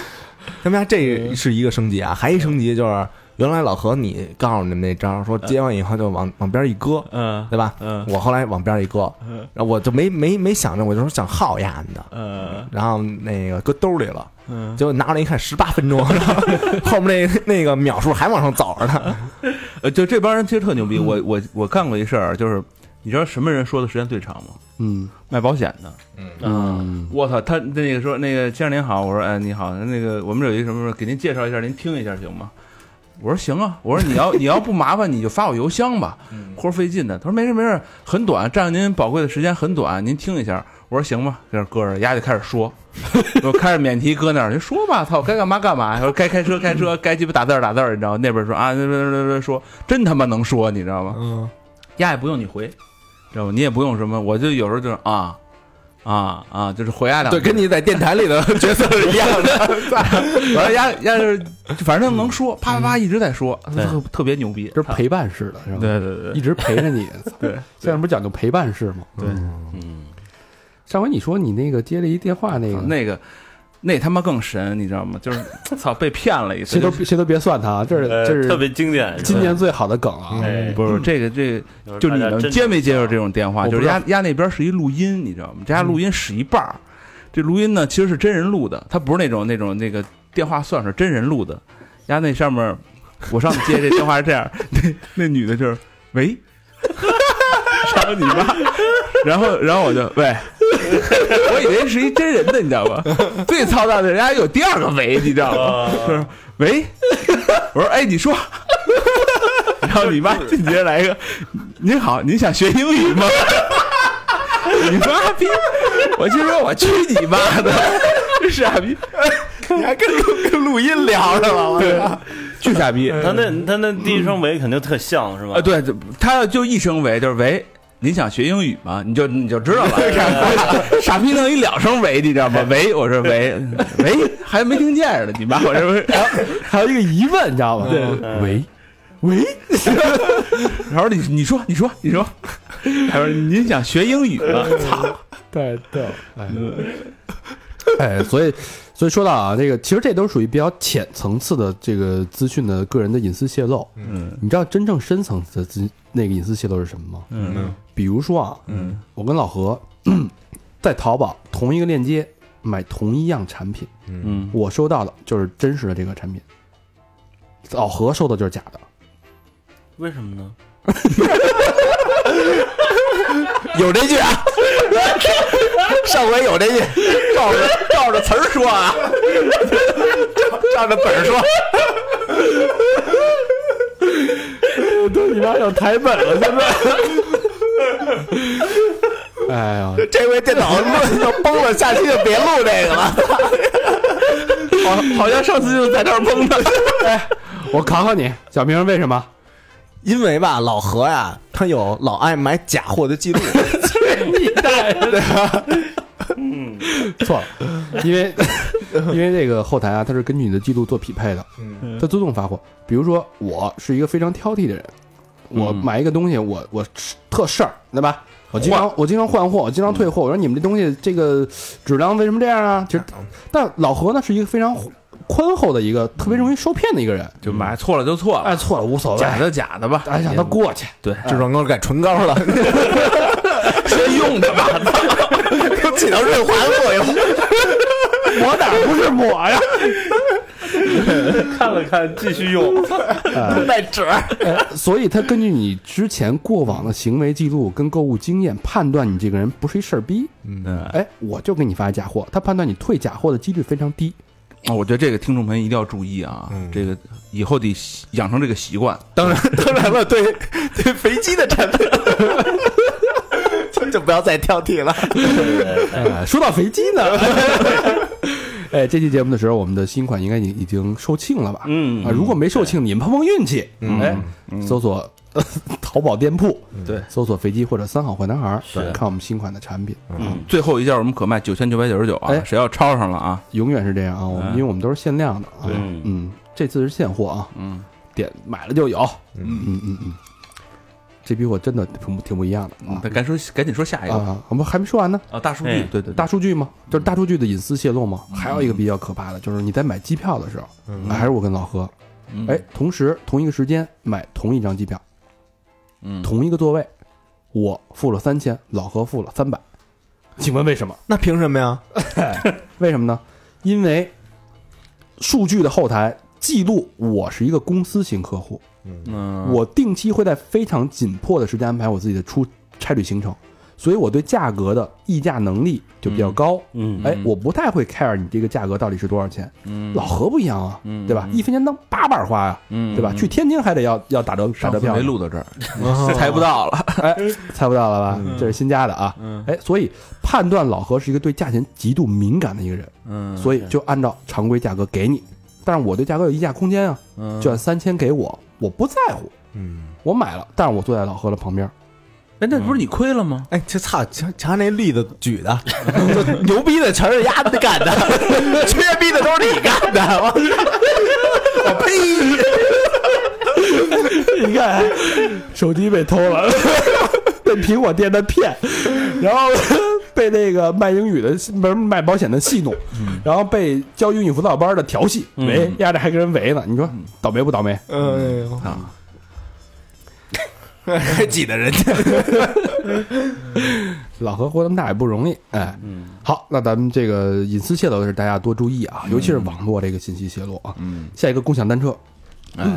他们家这
嗯
是一个升级啊，还一升级就是原来老何你告诉你们那招儿，说接完以后就往往边儿一搁，
嗯
对吧？
嗯
我后来往边儿一搁，
嗯
然后我就没没没想着，我就说想耗丫的，
嗯
然后那个搁兜里了。
嗯，
结果拿出来一看，十八分钟，然 后后面那那个秒数还往上走着呢。
呃，就这帮人其实特牛逼。我我我干过一事儿，就是你知道什么人说的时间最长吗？
嗯
卖保险的。
嗯，
嗯，
我操，他那个说那个先生您好，我说哎你好，那个我们有一什么什么，给您介绍一下，您听一下行吗？我说行啊，我说你要 你要不麻烦你就发我邮箱吧，活儿费劲的。他说没事没事，很短，占用您宝贵的时间很短，您听一下。我说行吧，在这搁着，丫就开始说， 我开着免提搁那儿，就说吧，操，该干嘛干嘛，我说该开车开车，该鸡巴打字儿打字儿，你知道吗？那边说啊，那边那边说，真他妈能说，你知道吗？
嗯，
丫也不用你回，知道吗？你也不用什么，我就有时候就是啊啊啊，就是回丫两
对，
句
跟你在电台里 的角色是一样的。
完了丫丫就是反正能说，啪啪
嗯
啪一直在说，特特别牛逼，
这是陪伴式的，是吧？，
对对对
一直陪着 你。
对，
现在不讲究陪伴式吗？
对
嗯，
上回你说你那个接了一电话那
对
个，
那个那他妈更神，你知道 吗？就是操被骗了一次，
谁都
就是
谁都别算他，这是
呃
这
特
是
别经典，
今年最好的梗啊！
哎
不
嗯
是这个这个，嗯就是你们接没接受这？种电话？
我不
就是
知道嗯
丫丫那边是一录音，你知道吗？这家录音使一半儿，这录音呢其实是真人录的，它不是那种那种那个电话算是真人录的。丫那上面儿，我上次接这电话是这样，那 那女的就是喂，然后你妈， 然后然后我就喂， 我以为是一真人的，你知道吗？ 最操蛋的，人家有第二个喂，你知道
啊
吗？就是喂，我说哎，你说。 然后你妈紧接着来一个，您好，您想学英语吗？ 你妈逼！我就说我去你妈的， 傻逼！
你还跟录跟录音聊上了，我哎
对，巨傻逼！
他那他那第一声尾肯定特像是吧
嗯啊，？对，就他要就一声喂，就是喂，您想学英语吗？你就你就知 道了。 傻逼弄一两声喂，你知道吗？喂，我说喂喂，还没听见似的，你妈！我这不是，
还有一个疑问，你知
嗯
道吗？喂，
然后你你说你说你说，他说您想学英语 吗？
对对，哎， 哎，所以所以说到啊，这个其实这都是属于比较浅层次的这个资讯的个人的隐私泄露。
嗯
你知道真正深层次的资那个隐私泄露是什么吗？
嗯
比如说啊，
嗯
我跟老何 在淘宝同一个链接买同一样产品，
嗯
我收到的就是真实的这个产品，老何收到就是假的。
为什么呢？
有这句啊，上回有这句，照着照着词儿说啊，照着本儿说，
对，你妈要台本了，现在。 哎呀，
这回电脑录就崩了，下期就别录这个了。
好，好像上次就在这儿蒙 的。
哎我考考你，小明为什么？
因为吧，老何呀，他有老爱买假货的记录，
嗯错了，因为 因为这个后台啊，它是根据你的记录做匹配的，它自动发货。比如说，我是一个非常挑剔的人，我买一个东西，我我特事儿，对吧？我经常我经常换货，我经常退货。我说你们这东西这个质量为什么这样啊？其实，但老何呢是一个非常宽厚的一个，特别容易受骗的一个人。
就买错了就错了，
哎，错了无所谓，
假的假的吧，
哎，让他过去。
对，
痔疮膏改唇膏 了，
先用的吧，
都起到润滑的作用。
我哪儿不是我呀？
看了看，继续用，带纸。
所以他根据你之前过往的行为记录跟购物经验判断你这个人不是一事儿逼。
嗯，
哎，我就给你发假货，他判断你退假货的几率非常低。
啊我觉得这个听众朋友一定要注意啊，这个以后得养成这个习惯。
当然，当然了，对对，肥鸡的产品，就就不要再挑剔了。
哎，说到肥鸡呢， 哎，这期节目的时候，我们的新款应该已已经售罄了吧？
嗯
啊，如果没售罄，你们碰碰运气，
嗯
哎，搜索 淘宝店铺，
对，
搜索飞机或者三好坏男孩儿，看我们新款的产品，
嗯，
最后一件我们可卖九千九百九十九啊
哎，
谁要抄上了啊？
永远是这样啊，我们
嗯
因为我们都是限量的啊，
嗯
嗯，这次是现货啊，
嗯，
点买了就有，
嗯
嗯嗯嗯，这批货真的挺不挺不一样的啊
得赶说赶紧说下一个
啊，我们还没说完呢。
啊，大数
哎
据，对嗯对，对
大数据嘛，就是大数据的隐私泄露嘛。还有一个比较可怕的就是你在买机票的时候，还是我跟老何，
嗯
哎，同时同一个时间买同一张机票，
嗯
同一个座位，我付了三千，老何付了三百，请问为什么？
那凭什么呀？
为什么呢？因为数据的后台记录我是一个公司型客户，
嗯，
我定期会在非常紧迫的时间安排我自己的出差旅行程，所以我对价格的议价能力就比较高。
嗯
哎，我不太会 care 你这个价格到底是多少钱。
嗯
老何不一样啊，
嗯
对吧？一分钱当八瓣花呀、啊
嗯
对吧？去天津还得要要打折打
上
折
次
票呢，
没录到 这儿，哦
猜不到，
哎，猜不到了吧？
嗯
这是新加的啊。哎，所以判断老何是一个对价钱极度敏感的一个人，
嗯，
所以就按照常规价格给你。但是我对价格有议价空间啊，
嗯
就按三千给我，我不在乎，
嗯，
我买了，但是我坐在老何的旁边，
哎，那不是你亏了吗？
哎，这操，瞧瞧那例子举的，牛逼的全是丫的干的， 缺逼的都是你干的，我我呸！
你看，手机被偷了， 被苹果店的骗，然后 被那个卖英语的不是卖保险的戏弄，
嗯
然后被教英语辅导班的调戏，围压着还跟人围呢。你说倒霉不倒霉？
嗯
啊
哎呦， 还挤得人家，
老何活这么大也不容易，哎，
嗯
好，那咱们这个隐私泄露的事，大家多注意啊，
嗯
尤其是网络这个信息泄露啊。
嗯，
下一个共享单车，
哎，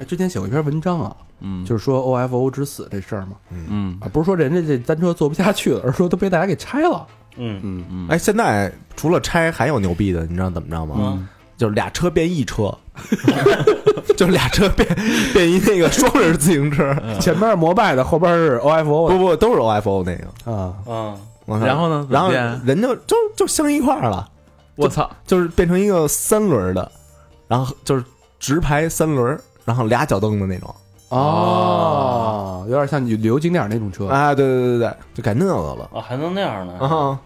哎之前写过一篇文章啊，
嗯
就是说 OFO 之死这事儿嘛，
嗯
啊，不是说人家这单车坐不下去了，而是说都被大家给拆了。
嗯
哎，现在除了拆，还有牛逼的，你知道怎么着吗？
嗯
嗯
就是俩车变一车， 就俩车变变一那个双人自行车，
嗯
前面是摩拜的，后边是 OFO
不
的
不，都是 OFO 那个。
啊，
啊，
我
嗯
靠
然后呢
然后
怎么变啊
人就就就相一块儿了，
我操，
就是变成一个三轮儿的，然后就是直排三轮儿，然后俩脚蹬的那种。
哦，有点像旅旅游景点那种车，
啊，对对对对，就改那个了。
啊，还能那样呢？
啊，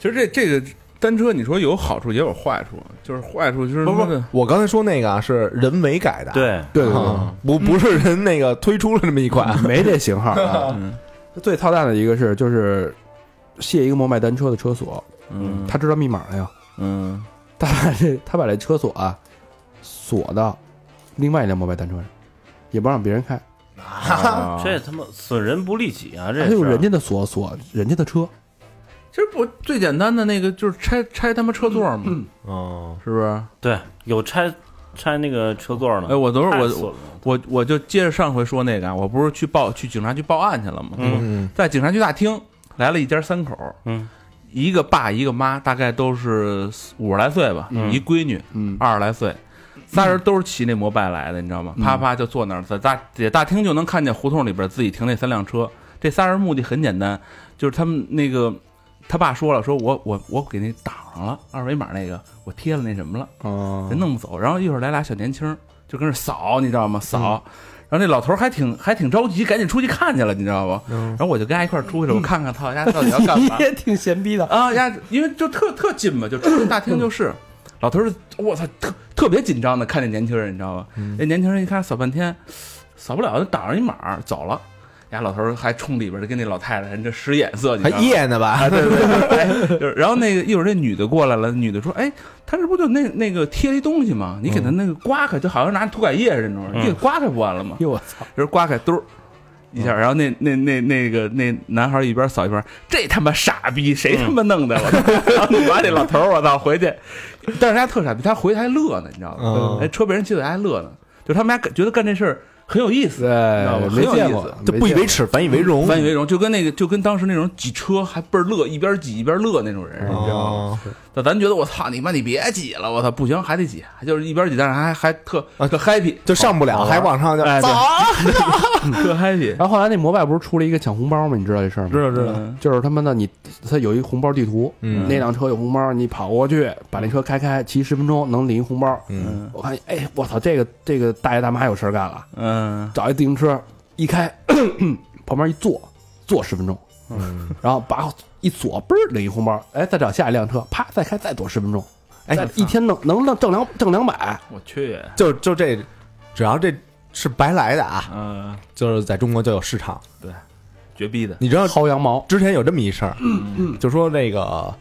其实这这个单车，你说有好处也有坏处，就是坏处就是
不
那
不
个，，
我刚才说那个啊是人为改的，
对，
对对对
嗯
啊，不不是人那个推出了这么一款，
没这型号啊。
嗯
最操蛋的一个是就是卸一个摩拜单车的车锁，
嗯
他知道密码了呀，
嗯
他把这他把这车锁啊锁到另外一辆摩拜单车上，也不让别人开，
啊
这他妈损人不利己啊！这
他
是
用哎人家的锁锁人家的车，
其实不最简单的那个就是拆拆他妈车座嘛，嗯
哦，
是不是？
对有拆拆那个车座呢。
哎，我等会儿
太
我
损
我
了
我我就接着上回说那个啊，我不是去报去警察局报案去了吗？
嗯，
在警察局大厅来了一家三口，
嗯，
一个爸一个妈，大概都是五十来岁吧，一闺女
嗯，
二十来岁，仨人都是骑那摩拜来的，你知道吗？啪啪就坐那儿，在大在大厅就能看见胡同里边自己停那三辆车。这仨人目的很简单，就是他们那个他爸说了，说我我我给那挡上了二维码那个，我贴了那什么了。
嗯
哦
人弄不走。然后一会儿来俩小年轻儿，就跟那儿扫，你知道吗？扫。然后那老头儿还挺还挺着急，赶紧出去看去了，你知道吧？然后我就跟他一块儿出去了，我看看他家到底要 干嘛
嗯也挺闲逼的，嗯
啊呀！因为就特特近嘛，就出去大厅就是。 老头儿，我操，特特别紧张的看那年轻人，你知道吧？
嗯
那年轻人一看扫半天，扫不了，就挡上一码走了。呀，老头儿还冲里边儿跟那老太太人这使眼色，你
还
知道吗？
夜呢吧？啊对 对
就是然后那个一会儿那女的过来了，女的说：“哎，他这不就那那个贴了一东西吗？你给
嗯
他那个刮开，就好像拿涂改液似的，那种，你给刮开不完了吗？”
哟我操，嗯
就是刮开嘟儿一下，然后那那那那个那男孩一边扫一边，这他妈傻逼，谁他妈
嗯
弄的？我操！然后你妈那老头儿，我操，回去，但是他特傻逼，他回去还乐呢，你知道吗？
嗯
哎，车被人骑走还乐呢，就是他们俩觉得干这事儿很有意思，知道吧
对，
很
没
有
见
意
过
思，
就不以为
耻。
耻，反以为
嗯
荣。
反以为荣，就跟那个就跟当时那种挤车还倍儿乐，一边挤一边乐那种人，你知道吗？
哦，
但咱觉得我操你妈，你别挤了，我操不行，还得挤，就是一边挤，但是还还特
啊
特 happy，
就上不了，还往上就
哎
走
对
啊。
特 happy，
然后后来那摩拜不是出了一个抢红包吗？你知道这事儿吗？
道知道，
就是他妈的你，他有一红包地图，
嗯
那辆车有红包，你跑过去把那车开开，骑十分钟能领一红包。
嗯，
我看，哎，我操，这个这个大爷大妈有事儿干了，
嗯
找一自行车一开，旁边一坐，坐十分钟，嗯，然后把一锁，嘣儿领一红包，哎，再找下一辆车，啪再开再坐十分钟，
哎
再一天能能挣挣两挣两百，
我去，
就就这，只要这是白来的啊，
嗯，
就是在中国就有市场。
绝逼 的，
你知道
薅羊毛，
之前有这么一事儿，
嗯
就说那个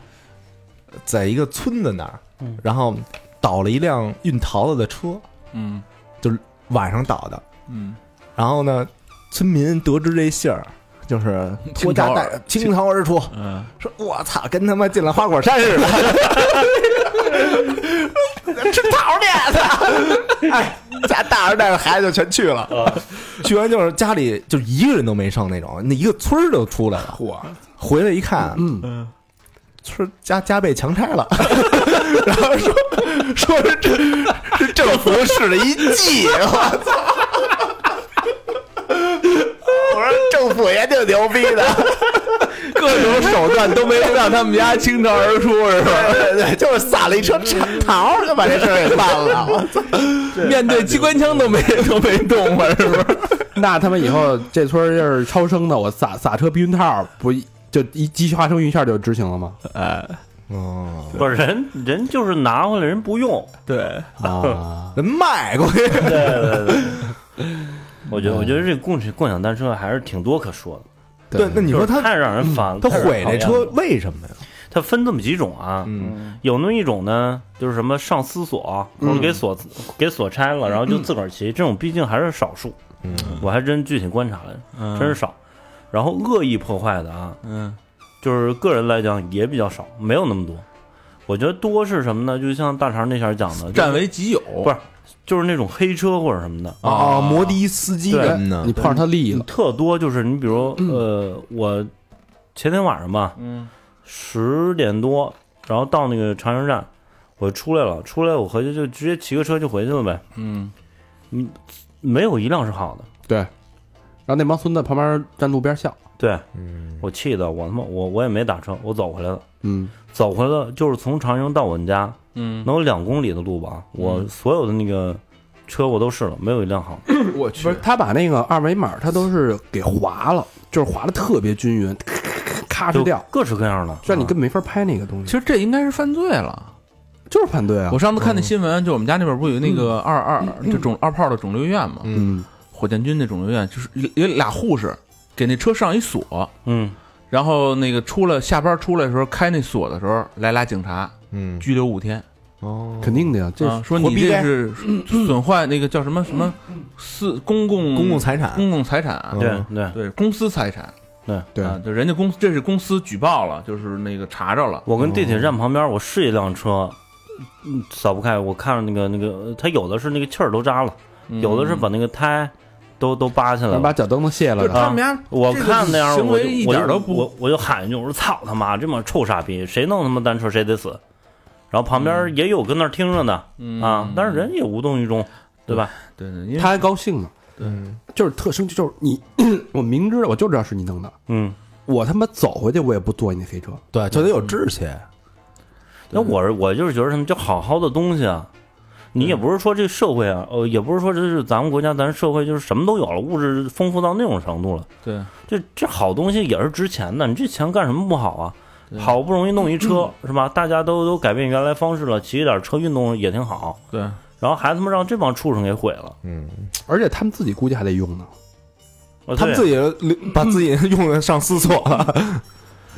在一个村子那儿，
嗯
然后倒了一辆运桃子的车，
嗯
晚上倒的。
嗯，
然后呢，村民得知这信儿，就是拖家带倾巢而出，
嗯，
说：“我操，跟他妈进了花果山似的。” 吃桃去！哎，家大人带着孩子就全去了，去完就是家里就一个人都没剩那种，那一个村儿都出来了。嚯！回来一看，
嗯，
村儿家家被强拆了， 然后说说是这是政府使了一计，我操！我说政府也挺牛逼的，各种手段都没让他们家倾巢而出，是吧？对对，就是撒了一车桃就把这事儿给办 了。我操！面对机关枪都没都没动过，是不是？
那他妈以后这村儿要是超生的，我撒撒车避孕套不一就一急需花生一下就执行了吗？
哦，
不是人人就是拿回来，人不 用。
对，
啊，
人卖过去，
我觉得，我觉得这共共享单车还是挺多可说的。
对，那你
就
说
是
他
太让人烦了，
他
太让
毁
人
这
讨厌
车
了，
为什么呀？
它分这么几种啊。
嗯，
有那么一种呢，就是什么上私锁，
嗯
或者给锁给锁拆了，然后就自个儿骑，这种毕竟还是少数。
嗯，
我还真具体观察了，
嗯
真是少。然后恶意破坏的啊，
嗯
就是个人来讲也比较少，没有那么多。我觉得多是什么呢？就像大肠那前儿讲的，
占
就是
为己有，
不是就是那种黑车或者什么的，
哦，摩的司机
对
人
啊
呢？
你碰上他利益了，
特多。就是你比如
嗯
呃，我前天晚上吧，
嗯
十点多，然后到那个长城站，我出来了，出来我回去就直接骑个车就回去了呗，
嗯
没有一辆是好的。
然后那帮孙子旁边站路边笑，
对，我气的，我他妈我我也没打车，我走回来了，
嗯，
走回来了就是从长城到我们家
嗯，
能有两公里的路吧，我所有的那个车我都试了，没有一辆好的。
我
不
去
是，，他把那个二维码他都是给划了，就是划的特别均匀，咔咔咔咔哧
就
掉，
各式各样的，
让你根本没法拍那个东
其
西，
实这应该是犯罪了。
就是反对啊
我，上次看
嗯
那新闻，就我们家那边不有那个二二这种二炮的肿瘤医院嘛，
嗯，
火箭军那肿瘤医院，就是有有俩护士给那车上一锁，
嗯，
然后那个出来下班出来的时候开那锁的时候，来俩警察
嗯，
拘留五天，
哦，
肯定的呀，这
啊，说
活
你
逼
这
该
是损坏那个叫什么什么私公共
公共财产，
公共财产，啊
嗯
对对
对公司财产，
对。
对
啊，就人家公这是公司举报了，就是那个查着了，
我跟
哦
地铁站旁边，我是一辆车，嗯，扫不开。我看着那个那个，它有的是那个气儿都扎了，
嗯
有的是把那个胎都都扒下
让
来了
把。脚蹬子卸
就是
了，
他们家
啊我
这个
看那样，
行
我
为
就
一
我
点
就
都不
我我就喊一句，我说操他妈，这么臭傻逼，谁弄他妈单车谁得死。然后旁边也有跟那儿听着呢啊，但是人也无动于衷，对吧？
嗯对对，因为
他还高兴呢，
嗯，
就是特生气，就是你， 我明知道我就知道是你弄的，
嗯，
我他妈走回去我也不坐你那黑车，
对，就得有志气，
那我是我就是觉得什么，就好好的东西啊，你也不是说这社会啊，呃，也不是说这是咱们国家咱社会就是什么都有了，物质丰富到那种程度了。
对
这这好东西也是值钱的，你这钱干什么不好啊？
对
好不容易弄一车、
嗯
是吧？大家都都改变原来方式了，骑点车运动也挺好。
对
然后还他妈让这帮畜生给毁了，
嗯，
而且他们自己估计还得用呢，
我
他们自己留把自己 用的上思索 了，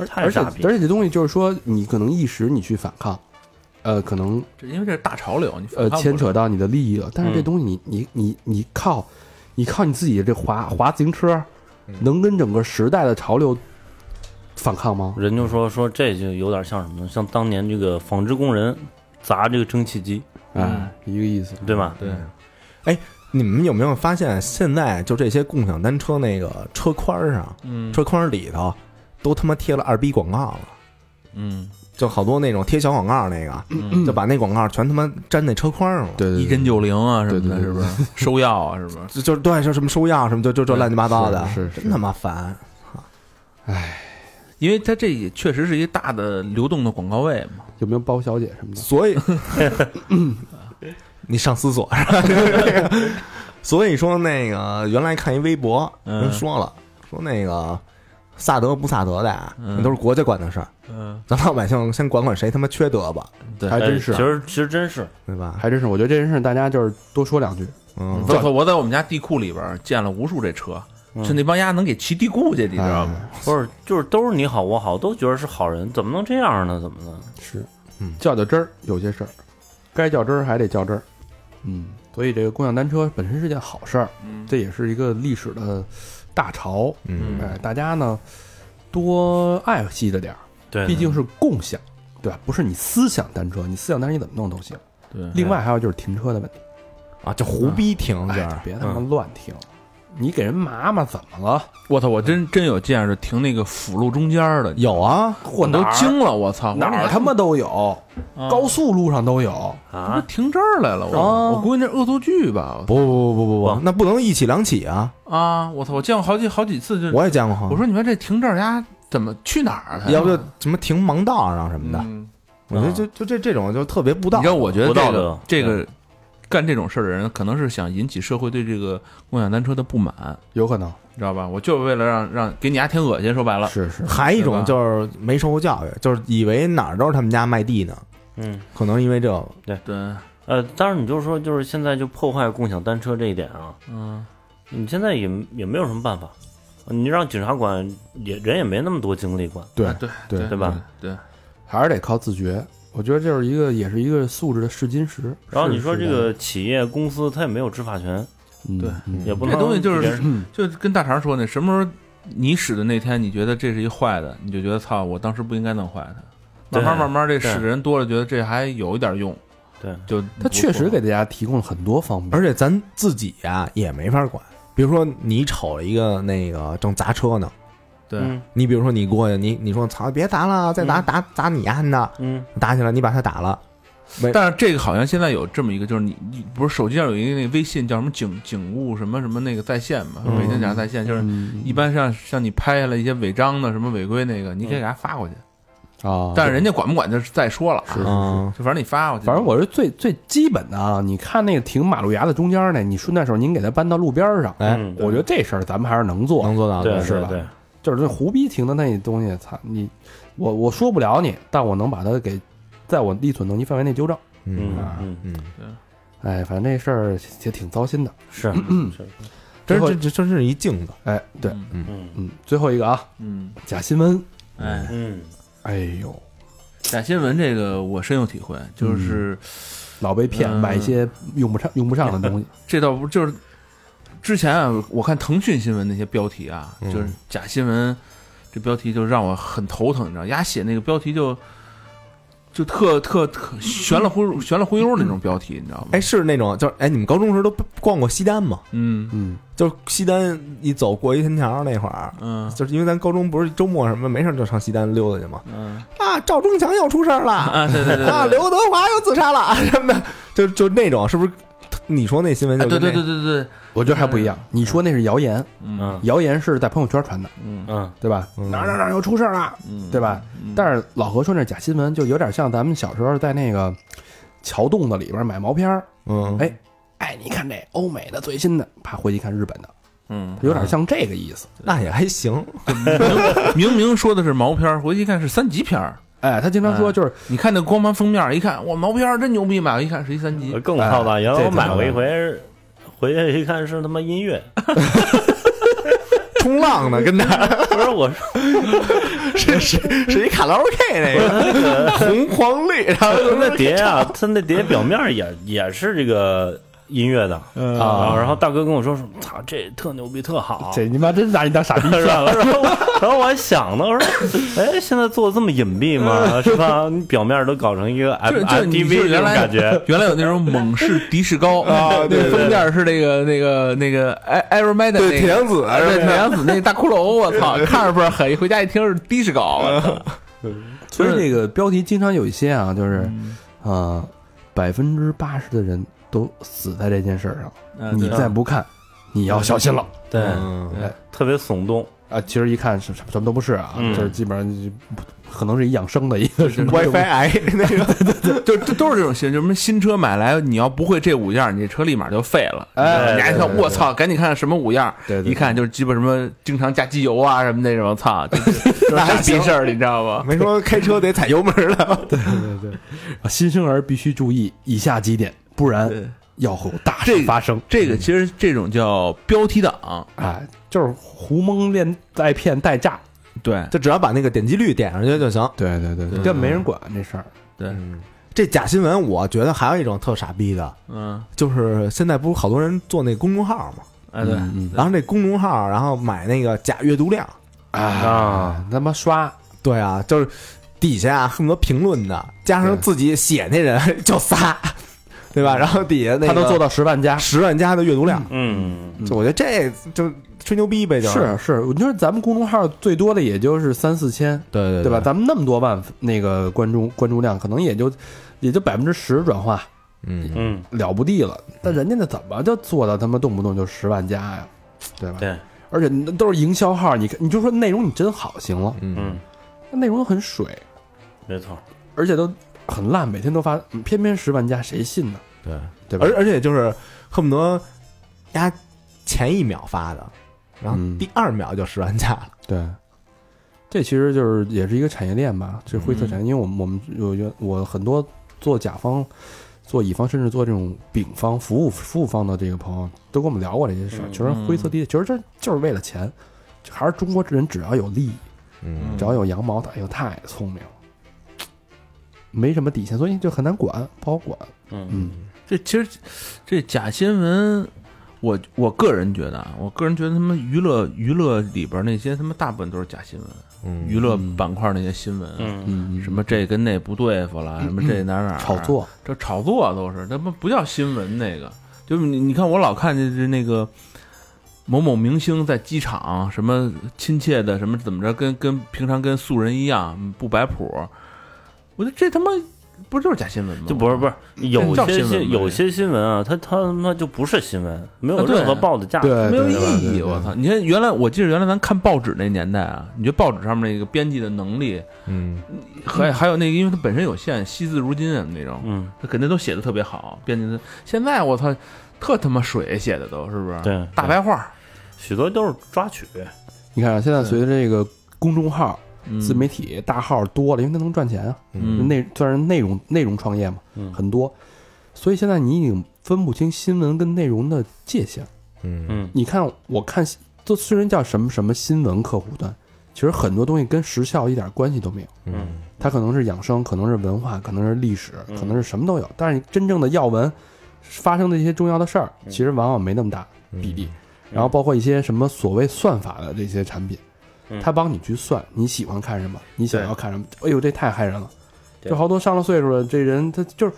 太
而且
傻
而
逼。
且这东西就是说你可能一时你去反抗，呃，可能
这因为这是大潮流，你反
呃
抗不
牵扯
了
到你的利益了。但是这
嗯
东西你你你你靠你靠你自己这滑滑自行车，
嗯
能跟整个时代的潮流反抗吗？
人就说说这就有点像什么呢？像当年这个纺织工人砸这个蒸汽机，
嗯
哎，一个意思。
对吧？
对，
哎，你们有没有发现，现在就这些共享单车那个车筐上、
嗯
车筐里头，都他妈贴了二逼广告了，
嗯，
就好多那种贴小广告那个，
嗯
就把那广告全他妈粘那车筐上了。
对对，
一针九零啊什么的，
对对对
是不是？收药啊，是不是？
就就对，就什么收药什么，就就这乱七八糟的，
是是
真他妈烦。
因为它这也确实是一大的流动的广告位嘛。
有没有包小姐什么的？
所以，你上厕所是吧？所以说那个原来看一微博，
嗯
人说了，说那个萨德不萨德的啊，
嗯
那都是国家管的事儿，
嗯，
咱老百姓先管管谁他妈缺德吧，
对
还真
哎
是啊
其，实其实 真是，
对吧？
还真是。我觉得这件事大家就是多说两句，
嗯，
我操我在我们家地库里边儿见了无数这车，
嗯
就那帮丫能给骑地库去，你知道吗？
不是就是都是你好我好，都觉得是好人，怎么能这样呢？怎么呢？
是，
嗯
较较真儿，有些事儿该较真儿还得较真儿，嗯，所以这个共享单车本身是件好事儿，
嗯
这也是一个历史的大潮，
嗯
哎，大家呢多爱惜着点儿，
对，
毕竟是共享，对吧？不是你思想单车，你思想单车你怎么弄都行。
对，
另外还有就是停车的问题，
啊，就胡逼停
哎，就
着，
别他妈乱停，你给人麻麻怎么了？
我操，我
嗯
真真有见着停那个辅路中间儿的，
有啊，
或
我
哪
都
儿
惊了，我操，
哪
我
儿嗯
说
他妈都有，
啊
高速路上都有，
他妈
啊，
停这儿来了，
哦
我我估计那是恶作剧吧
不不不不不，那不能一起两起啊！
我啊！我操，我见过好几好几次就，
我也见过哈，
我说你们这停这儿丫怎么去哪儿啊？
哎
要不就什么停盲道上什么的，
嗯
我觉得就就这这种就特别不道
你知
德。
道，我觉得
不
这
道
个
德嗯
这个干这种事儿的人，可能是想引起社会对这个共享单车的不满，
有可能
你知道吧？我就是为了让让给你丫添恶心，说白了，
是是，
还一
对吧
种就是没受过教育，就是以为哪儿都是他们家卖地呢，
嗯，
可能因为这个
对，
呃，当然你就说就是现在就破坏共享单车这一点啊，
嗯，
你现在也也没有什么办法，你让警察管也人也没那么多精力管，
对
啊对
嗯对
对吧？
对，
还是得靠自觉。我觉得这是一个，也是一个素质的试金石。
然后
是
你说
是
这
的
个企业公司它也没有执法权，
嗯
对
嗯
也不
这
能
东西就
给
是
人
就跟大肠说那什么时候你使的那天，你觉得这是一坏的，你就觉得操，我当时不应该弄坏它。慢
对
慢慢慢，这
对
使的人多了，觉得这还有一点用，
对，
就
它
不
确
错
实给大家提供了很多方便。
而且咱自己啊也没法管。比如说你瞅了一个那个正砸车呢，
对，
嗯
你比如说你过去，你你说操别砸了，再砸
嗯
打砸你丫的，
嗯，
打起来你把他打了，
但是这个好像现在有这么一个，就是你你不是手机上有一个那微信叫什么警警务什么什么那个在线嘛，北京警察在线，就是
嗯
一般像像你拍下来一些违章的什么违规那个，你可以给他发过去，
啊，
但是人家管不管就是再说了啊，
是是
嗯，
就反正你发过去，
反正我是最最基本的啊。你看那个停马路牙子中间呢，你顺带手您给它搬到路边儿上。
哎
嗯
我觉得这事儿咱们还是能做
能，做到
对
的
是
对
吧
对，
就是那胡逼停的那东西，操你，我我说不了你，但我能把它给，在我力所能及范围内纠正。
嗯
嗯
嗯
啊
嗯，
嗯，
哎，反正这事儿也挺糟心的。
是是，
最
这
后
这这真是一镜子，
哎，对，
嗯
嗯
嗯，最后一个啊，
嗯，
假新闻，
哎，
嗯，
哎呦，
假新闻这个我深有体会，
嗯
就是
老被骗，
嗯
买一些用不上用不上的东西。
这倒不就是之前啊，我看腾讯新闻那些标题啊，
嗯
就是假新闻，这标题就让我很头疼，你知道，丫写那个标题就就特特特悬了忽悠悬了忽悠那种标题，你知道吗？
哎，是那种就是哎，你们高中时候都逛过西单吗？
嗯
嗯，
就是西单一走过一天桥那会儿，
嗯
就是因为咱高中不是周末什么没事就上西单溜达去嘛，
嗯
啊，赵忠祥又出事儿 了，
啊，对对对
啊，刘德华又自杀了 啊什么的，就就那种是不是？你说那新闻就
对对对
跟那
对对对，
我觉得还不一样。你说那是谣言，
嗯
嗯
谣言是在朋友圈传的，
嗯
嗯
对吧？
嗯
哪儿哪儿哪儿又出事儿了，
嗯，
对吧？但是老何说那是假新闻，就有点像咱们小时候在那个桥洞子里边买毛片儿，
嗯
哎哎，你看这欧美的最新的，啪回去一看日本的，
嗯，
有点像这个意思。
哎那也还行，
明明说的是毛片儿，回去一看是三级片儿。
哎，他经常说就是
你看那光盘封面儿，一看哇，毛片儿真牛逼，买了一看是一三级
嗯，，更操蛋，原来
这
我买
怎么
过一
办
回，回去一看是他妈音乐，
冲浪呢，跟那
不是我说
是是是一卡拉 OK 那 个红黄绿，然后
他那碟啊，他那碟表面也也是这个音乐的，
嗯
啊，然后大哥跟我说说，操，这特牛逼，特好，
这你妈真拿你当傻逼
是吧？然后然后我还想呢， 我说，哎，现在做的这么隐蔽吗？是吧？你表面都搞成一个 M
嗯 就就
M
你就
啊 T V 这
原
种
来
感 觉，
原来有那种猛士迪士高啊，那个封面是那个那个那个艾艾瑞麦的
对
那
铁
个。啊
娘子，
对，铁娘子那大骷髅，我操，看着倍儿狠，一回家一听是的士高，我操
所以这个标题经常有一些啊，就是啊，百分之八十的人都死在这件事儿上，
嗯
你再不看，你要小心了。
嗯对，
哎
特别耸动，
啊，其实一看是什么什么都不是啊，
嗯
这基本上就可能是一养生的一个什么
WiFi 癌那个，
就这都是这种新，就什么新车买来，你要不会这五样，你这车立马就废了。
哎，
你还
对
看，我，操，赶紧看看什么五样，
对对对
一看就是鸡巴什么经常加机油啊什么那种，操，就是这种傻逼事儿，你知道 吗？
没说开车得踩油门了，
对对对对，啊新生儿必须注意以下几点，不然
对
要有大
这
事
个
发生。嗯
这个其实这种叫标题党，
哎，就是胡蒙恋带骗带诈，
对
就只要把那个点击率点上去就行。
对对对
对
这没人管这事儿。
对，
这假新闻，我觉得还有一种特傻逼的，
嗯，
就是现在不是好多人做那公众号嘛，
哎对，
嗯
然后这公众号，然后买那个假阅读量，
啊，他妈刷
对啊，就是底下啊恨不得评论的，加上
对
自己写那人 就仨，对吧？然后底下那个
他都做到十万加，
十万加的阅读量，
嗯，
嗯
就我觉得这就吹牛逼呗，就是
是是，我觉得咱们公众号最多的也就是三四千，
对对
对吧？？咱们那么多万那个关注关注量，可能也就也就百分之十转化
嗯，
嗯，
了不地了。但人家那怎么就做到他妈动不动就十万加呀，对吧？
对，
而且那都是营销号，你你就说内容你真好行了，
嗯，
那内容都很水，
没错，
而且都很烂，每天都发，嗯偏偏十万加，谁信呢？
对，
对吧？
而而且就是恨不得压前一秒发的，然后
嗯
第二秒就十万 加了，
对，这其实就是也是一个产业链吧，这灰色产业，
嗯
因为我们我们我觉得我很多做甲方、做乙方，甚至做这种丙方服务服务方的这个朋友，都跟我们聊过这些事儿，
嗯
全是灰色地带，其实这就是为了钱，就还是中国人只要有利益，
嗯
只要有羊毛，哎呦太聪明了，没什么底线，所以就很难管，不好管。
嗯
嗯
这其实这假新闻，我我个人觉得啊，我个人觉得他们娱乐娱乐里边那些他妈大部分都是假新闻，
嗯
娱乐板块那些新闻，
嗯，
嗯，
什么啊这跟那不对付了，什么这哪哪儿
炒，作？
这炒作都是，他妈不叫新闻那个，就是你你看我老看见是那个。某某明星在机场什么亲切的什么怎么着，跟跟平常跟素人一样不摆谱，我觉得这他妈不就是假新闻吗？
就不是不是，有
叫
些
新闻
新
吗
有些新闻啊，它它他妈就不是新闻，没有
啊对
任何报的价值，
哎对
没有意
对
义，我操！你看，原来我记得原来咱看报纸那年代啊，你觉得报纸上面那个编辑的能力，
嗯
还还有那个，因为它本身有限，惜字如金啊那种，
嗯，
他肯定都写的特别好。编辑的现在我操，特他妈水写的都是不是？
对
大白话，
许多都是抓取，
你看啊，现在随着这个公众号、
嗯
自媒体大号多了，因为它能赚钱啊。
嗯
内算是内容内容创业嘛，
嗯
很多，所以现在你已经分不清新闻跟内容的界限。
嗯
嗯
你看，我看都虽然叫什么什么新闻客户端，其实很多东西跟时效一点关系都没有。
嗯
它可能是养生，可能是文化，可能是历史，
嗯
可能是什么都有。但是你真正的要闻发生的一些重要的事儿，
嗯
其实往往没那么大
嗯
比例。然后包括一些什么所谓算法的这些产品，
嗯
它帮你去算你喜欢看什么，你想要看什么。哎呦，这太害人了！
对
就好多上了岁数了，这人他就是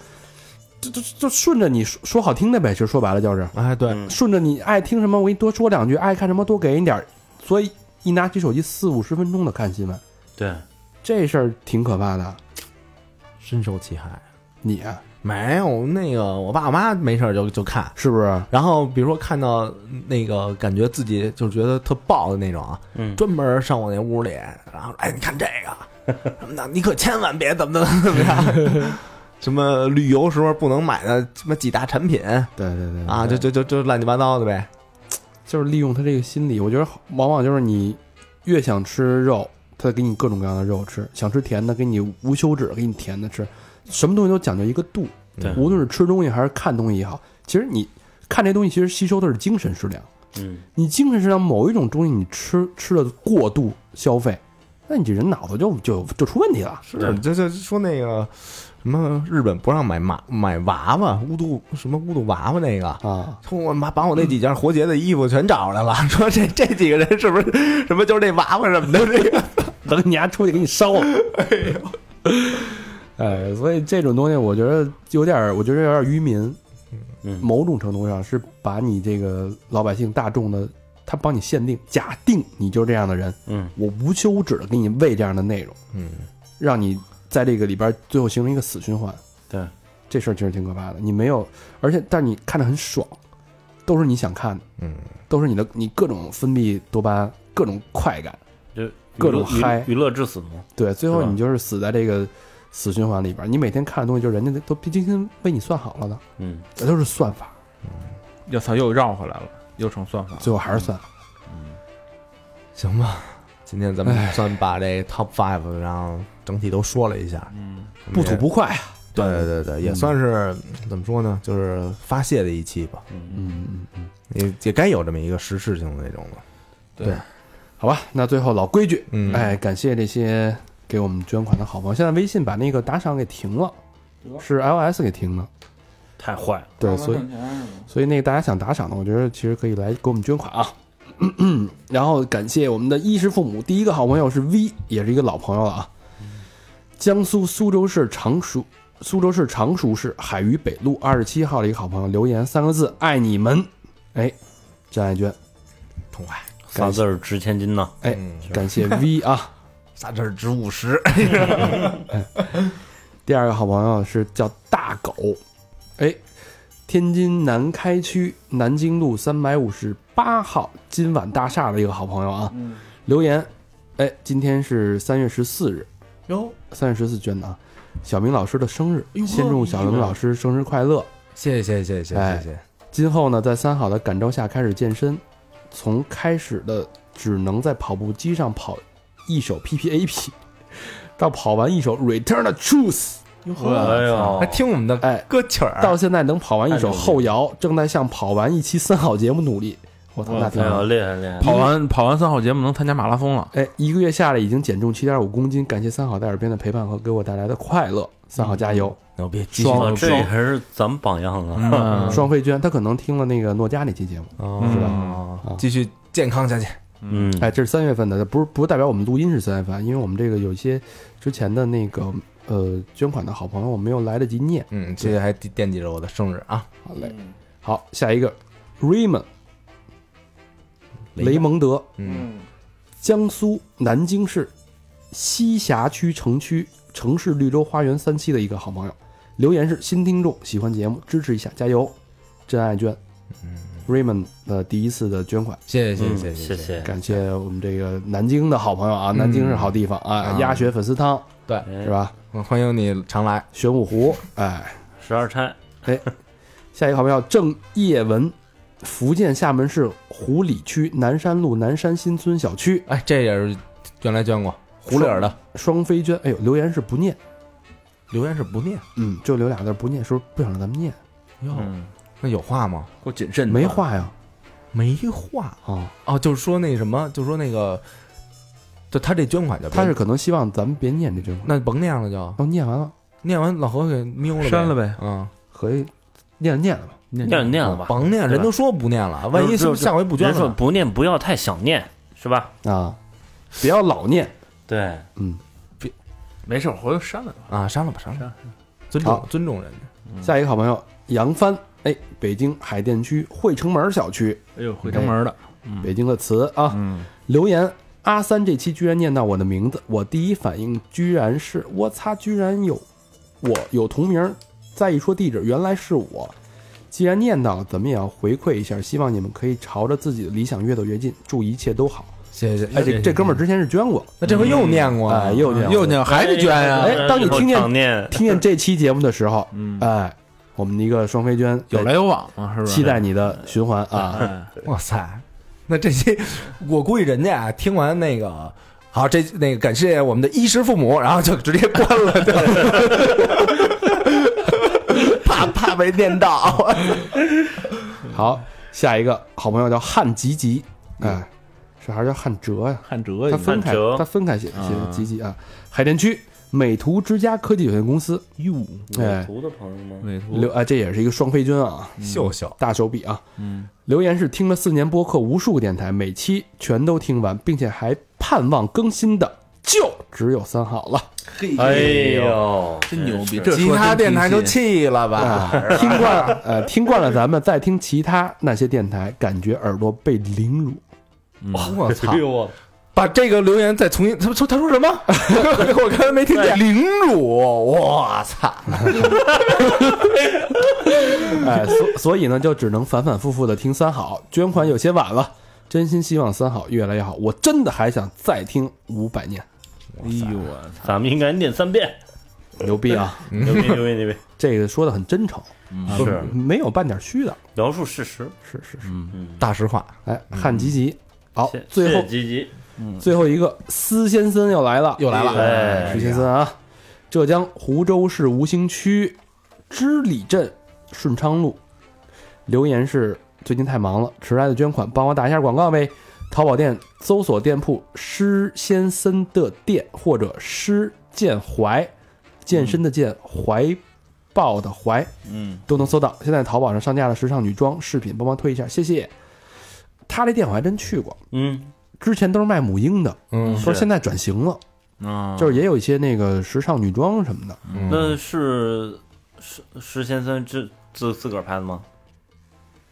就就就顺着你说说好听的呗，其实说白了就是
哎对，
嗯
顺着你爱听什么，我给你多说两句；爱看什么多给你点儿。所以一拿起手机四五十分钟的看新闻，
对，
这事儿挺可怕的。
深受其害。
你啊
没有那个，我爸我妈没事儿就就看，
是不是？
然后比如说看到那个感觉自己就觉得特爆的那种啊，
嗯
专门上我那屋里，然后哎，你看这个 什么的，你可千万别怎么怎么怎么样， 什么旅游时候不能买的什么几大产品
对对对
啊，就就就就乱七八糟的呗。
就是利用他这个心理，我觉得好往往就是你越想吃肉，他给你各种各样的肉吃；想吃甜的，给你无休止给你甜的吃。什么东西都讲究一个度，
对
无论是吃东西还是看东西也好，其实你看这东西，其实吸收的是精神食粮。
嗯
你精神食粮某一种东西，你吃吃的过度消费，那你这人脑子就就就出问题了。
是，就就说那个什么日本不让买马买娃娃，乌度什么乌度娃娃那个，
啊，
说我妈把我那几件活结的衣服全找出来了， 说这这几个人是不是什么就是那娃娃什么的这个？
等你丫出去给你烧了。哎呦，哎，所以这种东西我觉得有点儿，我觉得有点儿愚民，
嗯
某种程度上是把你这个老百姓大众的，他帮你限定、假定你就是这样的人，
嗯，
我无休止的给你喂这样的内容，
嗯，
让你在这个里边最后形成一个死循环。
对，
这事儿其实挺可怕的。你没有，而且但是你看着很爽，都是你想看的，
嗯，
都是你的，你各种分泌多巴胺，各种快感。
就
各种
娱乐
嗨
娱乐至死嘛。
对，最后
是吧
你就是死在这个死循环里边儿。你每天看的东西，就是人家都精心为你算好了的，
嗯，
这都是算法，
要操，又绕回来了，又成算法了。
最后还是算法。
行吧，今天咱们算把这 top five，然后整体都说了一下，
嗯，
不吐不快啊。
对对对对，也算是怎么说呢，就是发泄的一期吧，
嗯嗯嗯，
也也该有这么一个实事性的那种了。
好吧，那最后老规矩，
嗯，
哎，感谢这些给我们捐款的好朋友。现在微信把那个打赏给停了，是 iOS 给停了。
太坏了。
对，所以所以那个大家想打赏的，我觉得其实可以来给我们捐款啊。 然后感谢我们的衣食父母，第一个好朋友是 V，也是一个老朋友了啊。江苏苏州市常熟，苏州市常熟市海虞北路二十七号的一个好朋友留言三个字：爱你们。哎，真爱捐，
痛快，
仨字儿值千金呐。
哎，
嗯
感谢 V 啊。
仨字儿值五十，
第二个好朋友是叫大狗，哎，天津南开区南京路三百五十八号今晚大厦的一个好朋友啊，留言，哎，今天是三月十四日，
哟，
三月十四捐的啊，小明老师的生日，先祝小明老师生日快乐。
谢谢谢谢谢
哎
谢谢，
今后呢，在三好的感召下开始健身，从开始的只能在跑步机上跑一手 PPAP，到跑完一手 Return the Truth。
哎呦
还，听我们的
哎
歌曲儿，啊
到现在能跑完一首后摇，正在向跑完一期三好节目努力。我操，那挺
哎
好
呦，。厉害厉害。
跑完跑完三号节目能参加马拉松了，
哎，一个月下来已经减重七点五公斤，感谢三好在耳边的陪伴和给我带来的快乐。三好加油！
牛逼，继续
双
哇，啊这还是咱们榜样啊！
嗯，
双飞娟，她可能听了那个诺佳那期节目。
哦
是吧
哦
啊
继续健康下去。
嗯，
哎，这是三月份的，不是不代表我们录音是三月份，因为我们这个有一些之前的那个呃捐款的好朋友，我没有来得及念。
嗯，这还惦惦记着我的生日啊，
好嘞，好，下一个 Raymond 雷
雷
蒙德，
嗯，
江苏南京市西峡区城区城市绿洲花园三期的一个好朋友，留言是新听众，喜欢节目，支持一下，加油！真爱捐，Raymond
嗯
的第一次的捐款，
谢谢
嗯
谢谢
谢
谢，
谢。
感谢我们这个南京的好朋友啊，南京是好地方啊，
嗯
鸭血粉丝汤
对，
哎
是吧？
嗯欢迎你常来，
玄武湖，哎，
十二钗，
下一个好朋友郑叶文，福建厦门市湖里区南山路南山新村小区，
哎，这也是原来捐过胡里儿的
双飞娟，哎呦，留言是不念，
留言是不念，
嗯，就留俩字儿不念，是不是不想让咱们念？
哟，
嗯，
那有话吗？
够谨慎的，
没话呀，
没话
哦，
哦，就是说那什么，就说那个，就他这捐款就别
他是可能希望咱们别念这句话。
那甭念了就，
都念完了，
念完老何给瞄了
删了呗，
嗯，
可以念了念了吧。
念
念了念了吧，
甭念，
对吧
人都说不念了，嗯万一是不是下回不捐
人说
了？
不念不要太想念，是吧？
啊，不要老念。
对，
嗯，
没事，我回头删了吧。
啊，删了吧，删了吧，尊
好
重尊重人家，
下一个好朋友杨帆，哎，北京海淀区汇城门小区，
哎呦，回城门的，
北京的词啊，
嗯，
留言阿三这期居然念到我的名字，我第一反应居然是我擦，居然有我有同名，再一说地址，原来是我。既然念到了，咱们也要回馈一下，希望你们可以朝着自己的理想越走越近，祝一切都好。
谢嗯谢，
哎，这这哥们儿之前是捐过，
那这回又念过啊
哎，又念过
又念还得捐啊呀，
哎当你听见
想念，
听见这期节目的时候，
嗯
哎，我们的一个双飞娟
有来有往嘛，是不是？
期待你的循环啊！
哎，
哇塞，那这些我估计人家啊，听完那个。好，这那个感谢我们的衣食父母，然后就直接关了，怕怕被念到。
好，下一个好朋友叫汉吉吉，哎，是还是叫汉哲呀？
汉哲
他
也
分开
嗯汉，哲
他分开写写
啊
吉吉啊。海淀区美图之家科技有限公司，
哟，
哎
美图的朋友吗？嗯
美图
留，哎，这也是一个双飞军啊，
秀秀，
大手笔啊。
嗯，
留言是听了四年播客，无数个电台，每期全都听完，并且还盼望更新的，就只有三好了。
哎呦，
真牛逼！这
其
说
他
真
电台
平
都
信
气了 吧？
啊，听惯了，呃，听惯了咱们，再听其他那些电台，感觉耳朵被凌辱。
我操
哎！呦我，
把这个留言再重新，他说他说什么？ 我刚才没听见。凌辱，我操！
哎，所所以呢，就只能反反复复的听三好，捐款有些晚了，真心希望三好越来越好。我真的还想再听五百年，
哎呦我操！
咱们应该念三遍，
牛逼啊！
牛逼牛逼牛逼！
这个说的很真诚，啊
是
没有半点虚的，
描述事实，
是是是。
嗯，
大实话，
哎，汉吉吉，好
谢，
最
谢
后
谢吉吉，
嗯最后一个施先生又来了，又来了，
哎
施，先生啊，浙江湖州市吴兴区织里镇顺昌路，留言是最近太忙了，迟来的捐款帮我打一下广告呗。淘宝店搜索店铺“施先生的店”或者“施健怀”，健身的健，怀抱的怀，
嗯，
都能搜到。现在淘宝上上架的时尚女装饰品，帮忙推一下，谢谢。他这店我还真去过，
嗯，
之前都是卖母婴的，
嗯
说现在转型了，
嗯
啊，
就是也有一些那个时尚女装什么的。
那是石石先生自自自个儿拍的吗？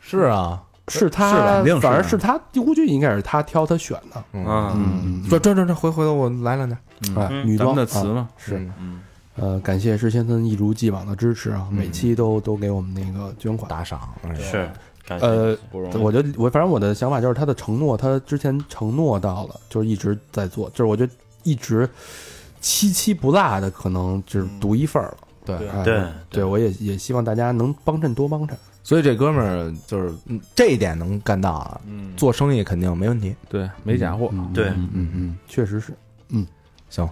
是啊，
是他，
是吧肯定是
反正是他，估计应该是他挑他选的。
啊，
嗯，
转转转转，回回头我来两点。
哎，
嗯
女
咱
装
们的词
啊
嘛，
是
嗯，
呃，感谢石先生一如既往的支持啊，每期都都给我们那个捐款。
打赏，
是，感谢
呃，
不容易。
我觉得我反正我的想法就是他的承诺，他之前承诺到了，就是一直在做，就是我觉得一直七七不落的，可能只独一份儿了。
对
哎
对
对，我也也希望大家能帮衬多帮衬。
所以这哥们儿就是嗯这一点能干到啊，
嗯，
做生意肯定没问题。
对，没假货，
对，
嗯嗯，确实是。
行，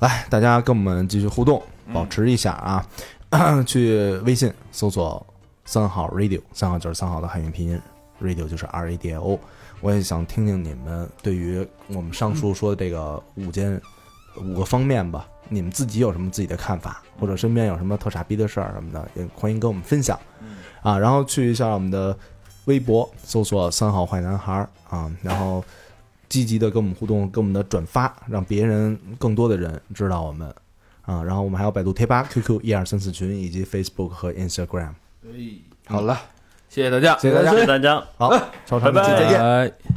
来，大家跟我们继续互动，保持一下啊。 去微信搜索“三好 radio”，三好就是三好的汉语拼音，radio 就是 R A D I O。我也想听听你们对于我们上
嗯
述说的这个五件、五个方面吧，你们自己有什么自己的看法，或者身边有什么特傻逼的事儿什么的，也欢迎跟我们分享。
嗯
啊，然后去一下我们的微博，搜索“三好坏男孩儿”啊，然后积极的跟我们互动，跟我们的转发，让别人更多的人知道我们啊。然后我们还有百度贴吧、QQ 一二三四群，以及 Facebook 和 Instagram。
好了，
哎谢谢大家，
谢谢大家
谢，谢大家。
好，超长的
拜
期
拜
再见。
见。